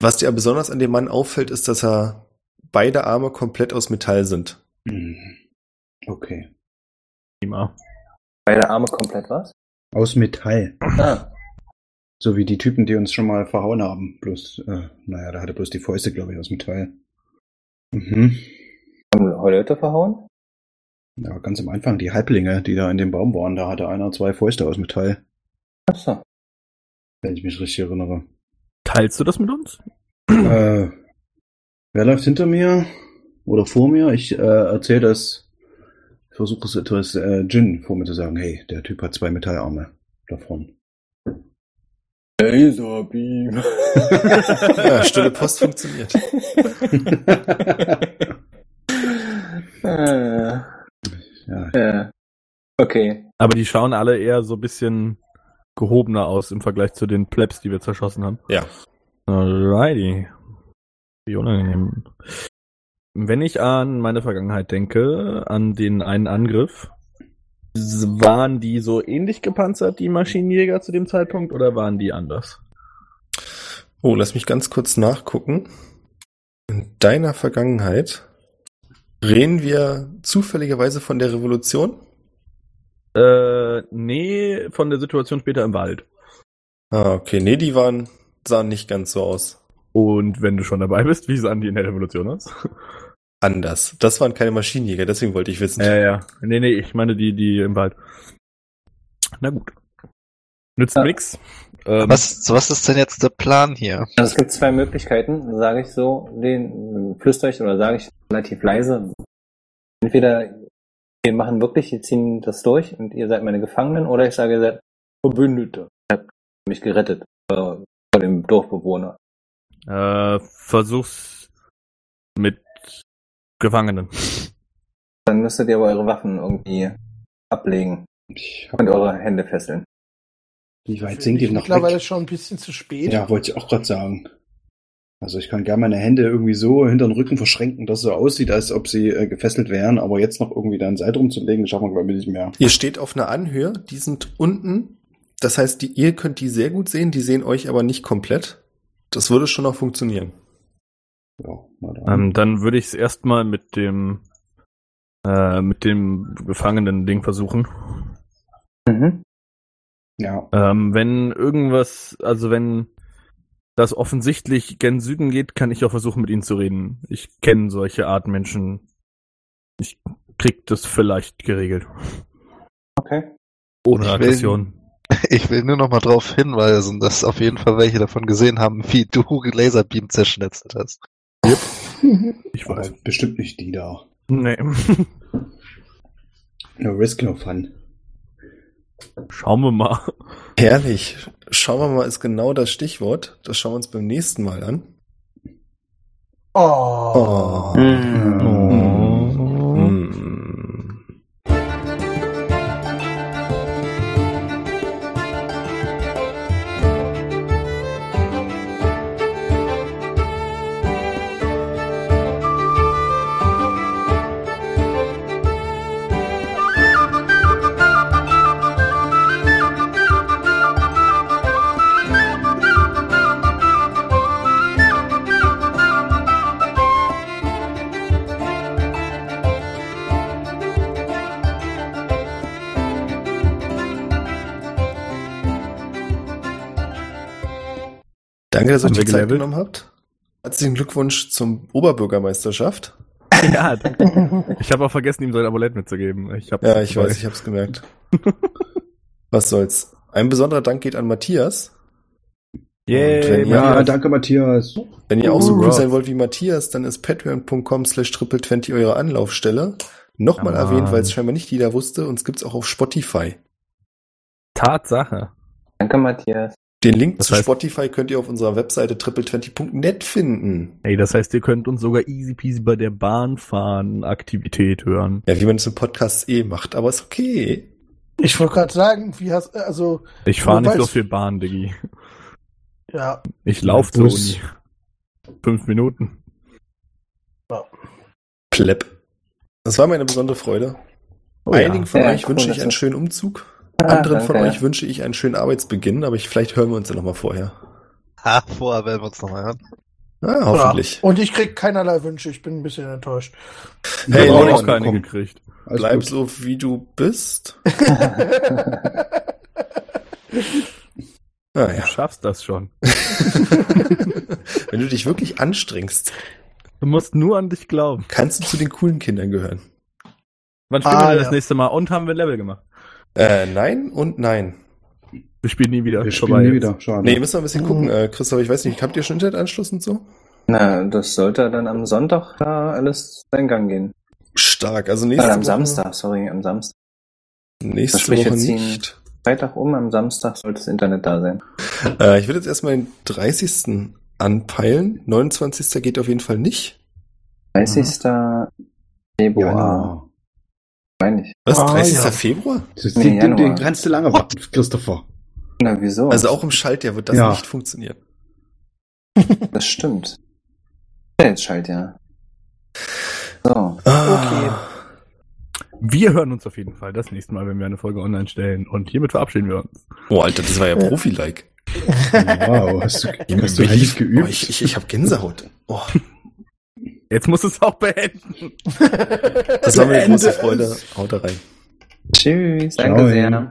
Was dir aber besonders an dem Mann auffällt, ist, dass er beide Arme komplett aus Metall sind. Hm. Okay. Prima. Beide Arme komplett was? Aus Metall. Ah, So wie die Typen, die uns schon mal verhauen haben. Bloß, äh, naja, da hatte bloß die Fäuste, glaube ich, aus Metall. Mhm. haben Leute verhauen? Ja, ganz am Anfang, die Halblinge, die da in dem Baum waren, da hatte einer zwei Fäuste aus Metall, Achso. wenn ich mich richtig erinnere. Teilst du das mit uns? äh, wer läuft hinter mir oder vor mir? Ich äh, erzähle das, ich versuche es etwas äh, Jin vor mir zu sagen. Hey, der Typ hat zwei Metallarme (laughs) davon. (laughs) Laserbeam. Ja, stille Post funktioniert. äh, Ja, ja. Okay. Aber die schauen alle eher so ein bisschen gehobener aus im Vergleich zu den Plebs, die wir zerschossen haben. Ja. Alrighty. Wie unangenehm. Wenn ich an meine Vergangenheit denke, an den einen Angriff, s- waren die so ähnlich gepanzert, die Maschinenjäger zu dem Zeitpunkt, oder waren die anders? Oh, lass mich ganz kurz nachgucken. In deiner Vergangenheit reden wir zufälligerweise von der Revolution. Äh, nee, von der Situation später im Wald. Ah, okay. Nee, die waren, sahen nicht ganz so aus. Und wenn du schon dabei bist, wie sahen die in der Revolution aus? Anders. Das waren keine Maschinenjäger, deswegen wollte ich wissen. Ja, ja. Nee, nee, ich meine die, die im Wald. Na gut. Nützt Ja. nix. Ähm, Was, was ist denn jetzt der Plan hier? Also es gibt zwei Möglichkeiten, sage ich so, den flüstere ich oder sage ich relativ leise. Entweder wir machen wirklich, wir ziehen das durch und ihr seid meine Gefangenen oder ich sage, ihr seid Verbündete. Ihr habt mich gerettet äh, vor dem Dorfbewohner. Äh, versuch's mit Gefangenen. Dann müsstet ihr aber eure Waffen irgendwie ablegen ich und hab, eure Hände fesseln. wie weit sind die noch Mittlerweile weg? schon ein bisschen zu spät. Ja, wollte ich auch gerade sagen. Also ich kann gerne meine Hände irgendwie so hinter den Rücken verschränken, dass es so aussieht, als ob sie äh, gefesselt wären, aber jetzt noch irgendwie da ein Seil rumzulegen, schaffen wir glaube ich nicht mehr. Ihr steht auf einer Anhöhe, die sind unten. Das heißt, die, ihr könnt die sehr gut sehen, die sehen euch aber nicht komplett. Das würde schon noch funktionieren. Ja, na dann. Ähm, dann würde ich's erstmal mit dem äh, mit dem Gefangenen-Ding versuchen. Mhm. ja, Ähm, wenn irgendwas, also wenn das offensichtlich gen Süden geht, kann ich auch versuchen, mit ihnen zu reden. Ich kenne solche Art Menschen. Ich krieg das vielleicht geregelt. Okay. Ohne Ich will- Aggression. (laughs) Ich will nur noch mal darauf hinweisen, dass auf jeden Fall welche davon gesehen haben, wie du Laserbeam zerschnetzelt hast. Ich Aber weiß. bestimmt nicht die da. Nee. No risk, no fun. Schauen wir mal. Herrlich. Schauen wir mal, ist genau das Stichwort. Das schauen wir uns beim nächsten Mal an. Oh. Hm. Oh. Mm. Danke, dass ihr Haben euch die wir Zeit gelevelt? genommen habt. Herzlichen Glückwunsch zum Oberbürgermeisterschaft. Ja, danke. (laughs) Ich habe auch vergessen, ihm sein Amulett mitzugeben. Ich hab Ja, ich weiß, ich (laughs) hab's gemerkt. Was soll's. Ein besonderer Dank geht an Matthias. Und Yay, wenn Ja, Ja. danke, Matthias. Wenn ihr auch so Uh. cool sein wollt wie Matthias, dann ist patreon.com slash triple20 eure Anlaufstelle. Nochmal Ja, Mann. erwähnt, weil es scheinbar nicht jeder wusste. Uns gibt's auch auf Spotify. Tatsache. Danke, Matthias. Den Link Das zu heißt- Spotify könnt ihr auf unserer Webseite triple20.net finden. Ey, das heißt, ihr könnt uns sogar easy peasy bei der Bahnfahren Aktivität hören. Ja, wie man es im Podcast eh macht, aber ist okay. Ich wollte gerade sagen, wie hast also Ich fahre nicht Wobei so es- viel Bahn, Diggi. ja, Ich laufe du zur bist- Uni. Fünf Minuten. Plepp. Das war mir eine besondere Freude. Einigen von Ja, euch cool, wünsche dass ich einen du- schönen Umzug. Ah, Anderen von danke. euch wünsche ich einen schönen Arbeitsbeginn, aber ich, vielleicht hören wir uns ja nochmal vorher. Ha, vorher werden wir uns nochmal hören. Ah, Ja. hoffentlich. Und ich krieg keinerlei Wünsche, ich bin ein bisschen enttäuscht. Hey, ich habe Leute, auch keine komm. gekriegt. Alles Bleib Genau. gut. so, wie du bist. Ah, Du (laughs) ja. (laughs) schaffst das schon. Wenn du dich wirklich anstrengst, Du musst nur an dich glauben. kannst du zu den coolen Kindern gehören. Wann spielen wir Ah, denn das ja. nächste Mal? Und haben wir ein Level gemacht? Äh, nein und nein. Wir spielen nie wieder. Wir Ist spielen vorbei nie jetzt. wieder. Schade. Nee, müssen wir ein bisschen gucken, äh, Christoph, ich weiß nicht, habt ihr schon Internetanschluss und so? Na, das sollte dann am Sonntag da alles seinen Gang gehen. Stark, also nächste Nein, am Woche- Samstag, sorry, am Samstag. Nächste Das spricht Woche jetzt die- nicht. Freitag um, am Samstag sollte das Internet da sein. Äh, ich würde jetzt erstmal den 30. anpeilen. 29. geht auf jeden Fall nicht. 30. genau. Februar, Januar. meine ich. Was? Ah, 30. ja. Februar? Das Nee, den, Januar. den kannst du lange warten, (laughs) Christopher. Na, Oh. wieso? Also auch im Schaltjahr wird das Ja. nicht funktionieren. Das stimmt. Ja, Jetzt schalt ja. So, Ah. Wir hören uns auf jeden Fall das nächste Mal, wenn wir eine Folge online stellen. Und hiermit verabschieden wir uns. Oh, Alter, das war ja Äh. Profi-like. Wow, hast du, hast du Belief- live geübt? Oh, ich ich, ich habe Gänsehaut. Oh, Jetzt muss es auch beenden. das war mir eine (laughs) Beende große es. Freude. Haut da rein. tschüss. Ciao. Danke sehr.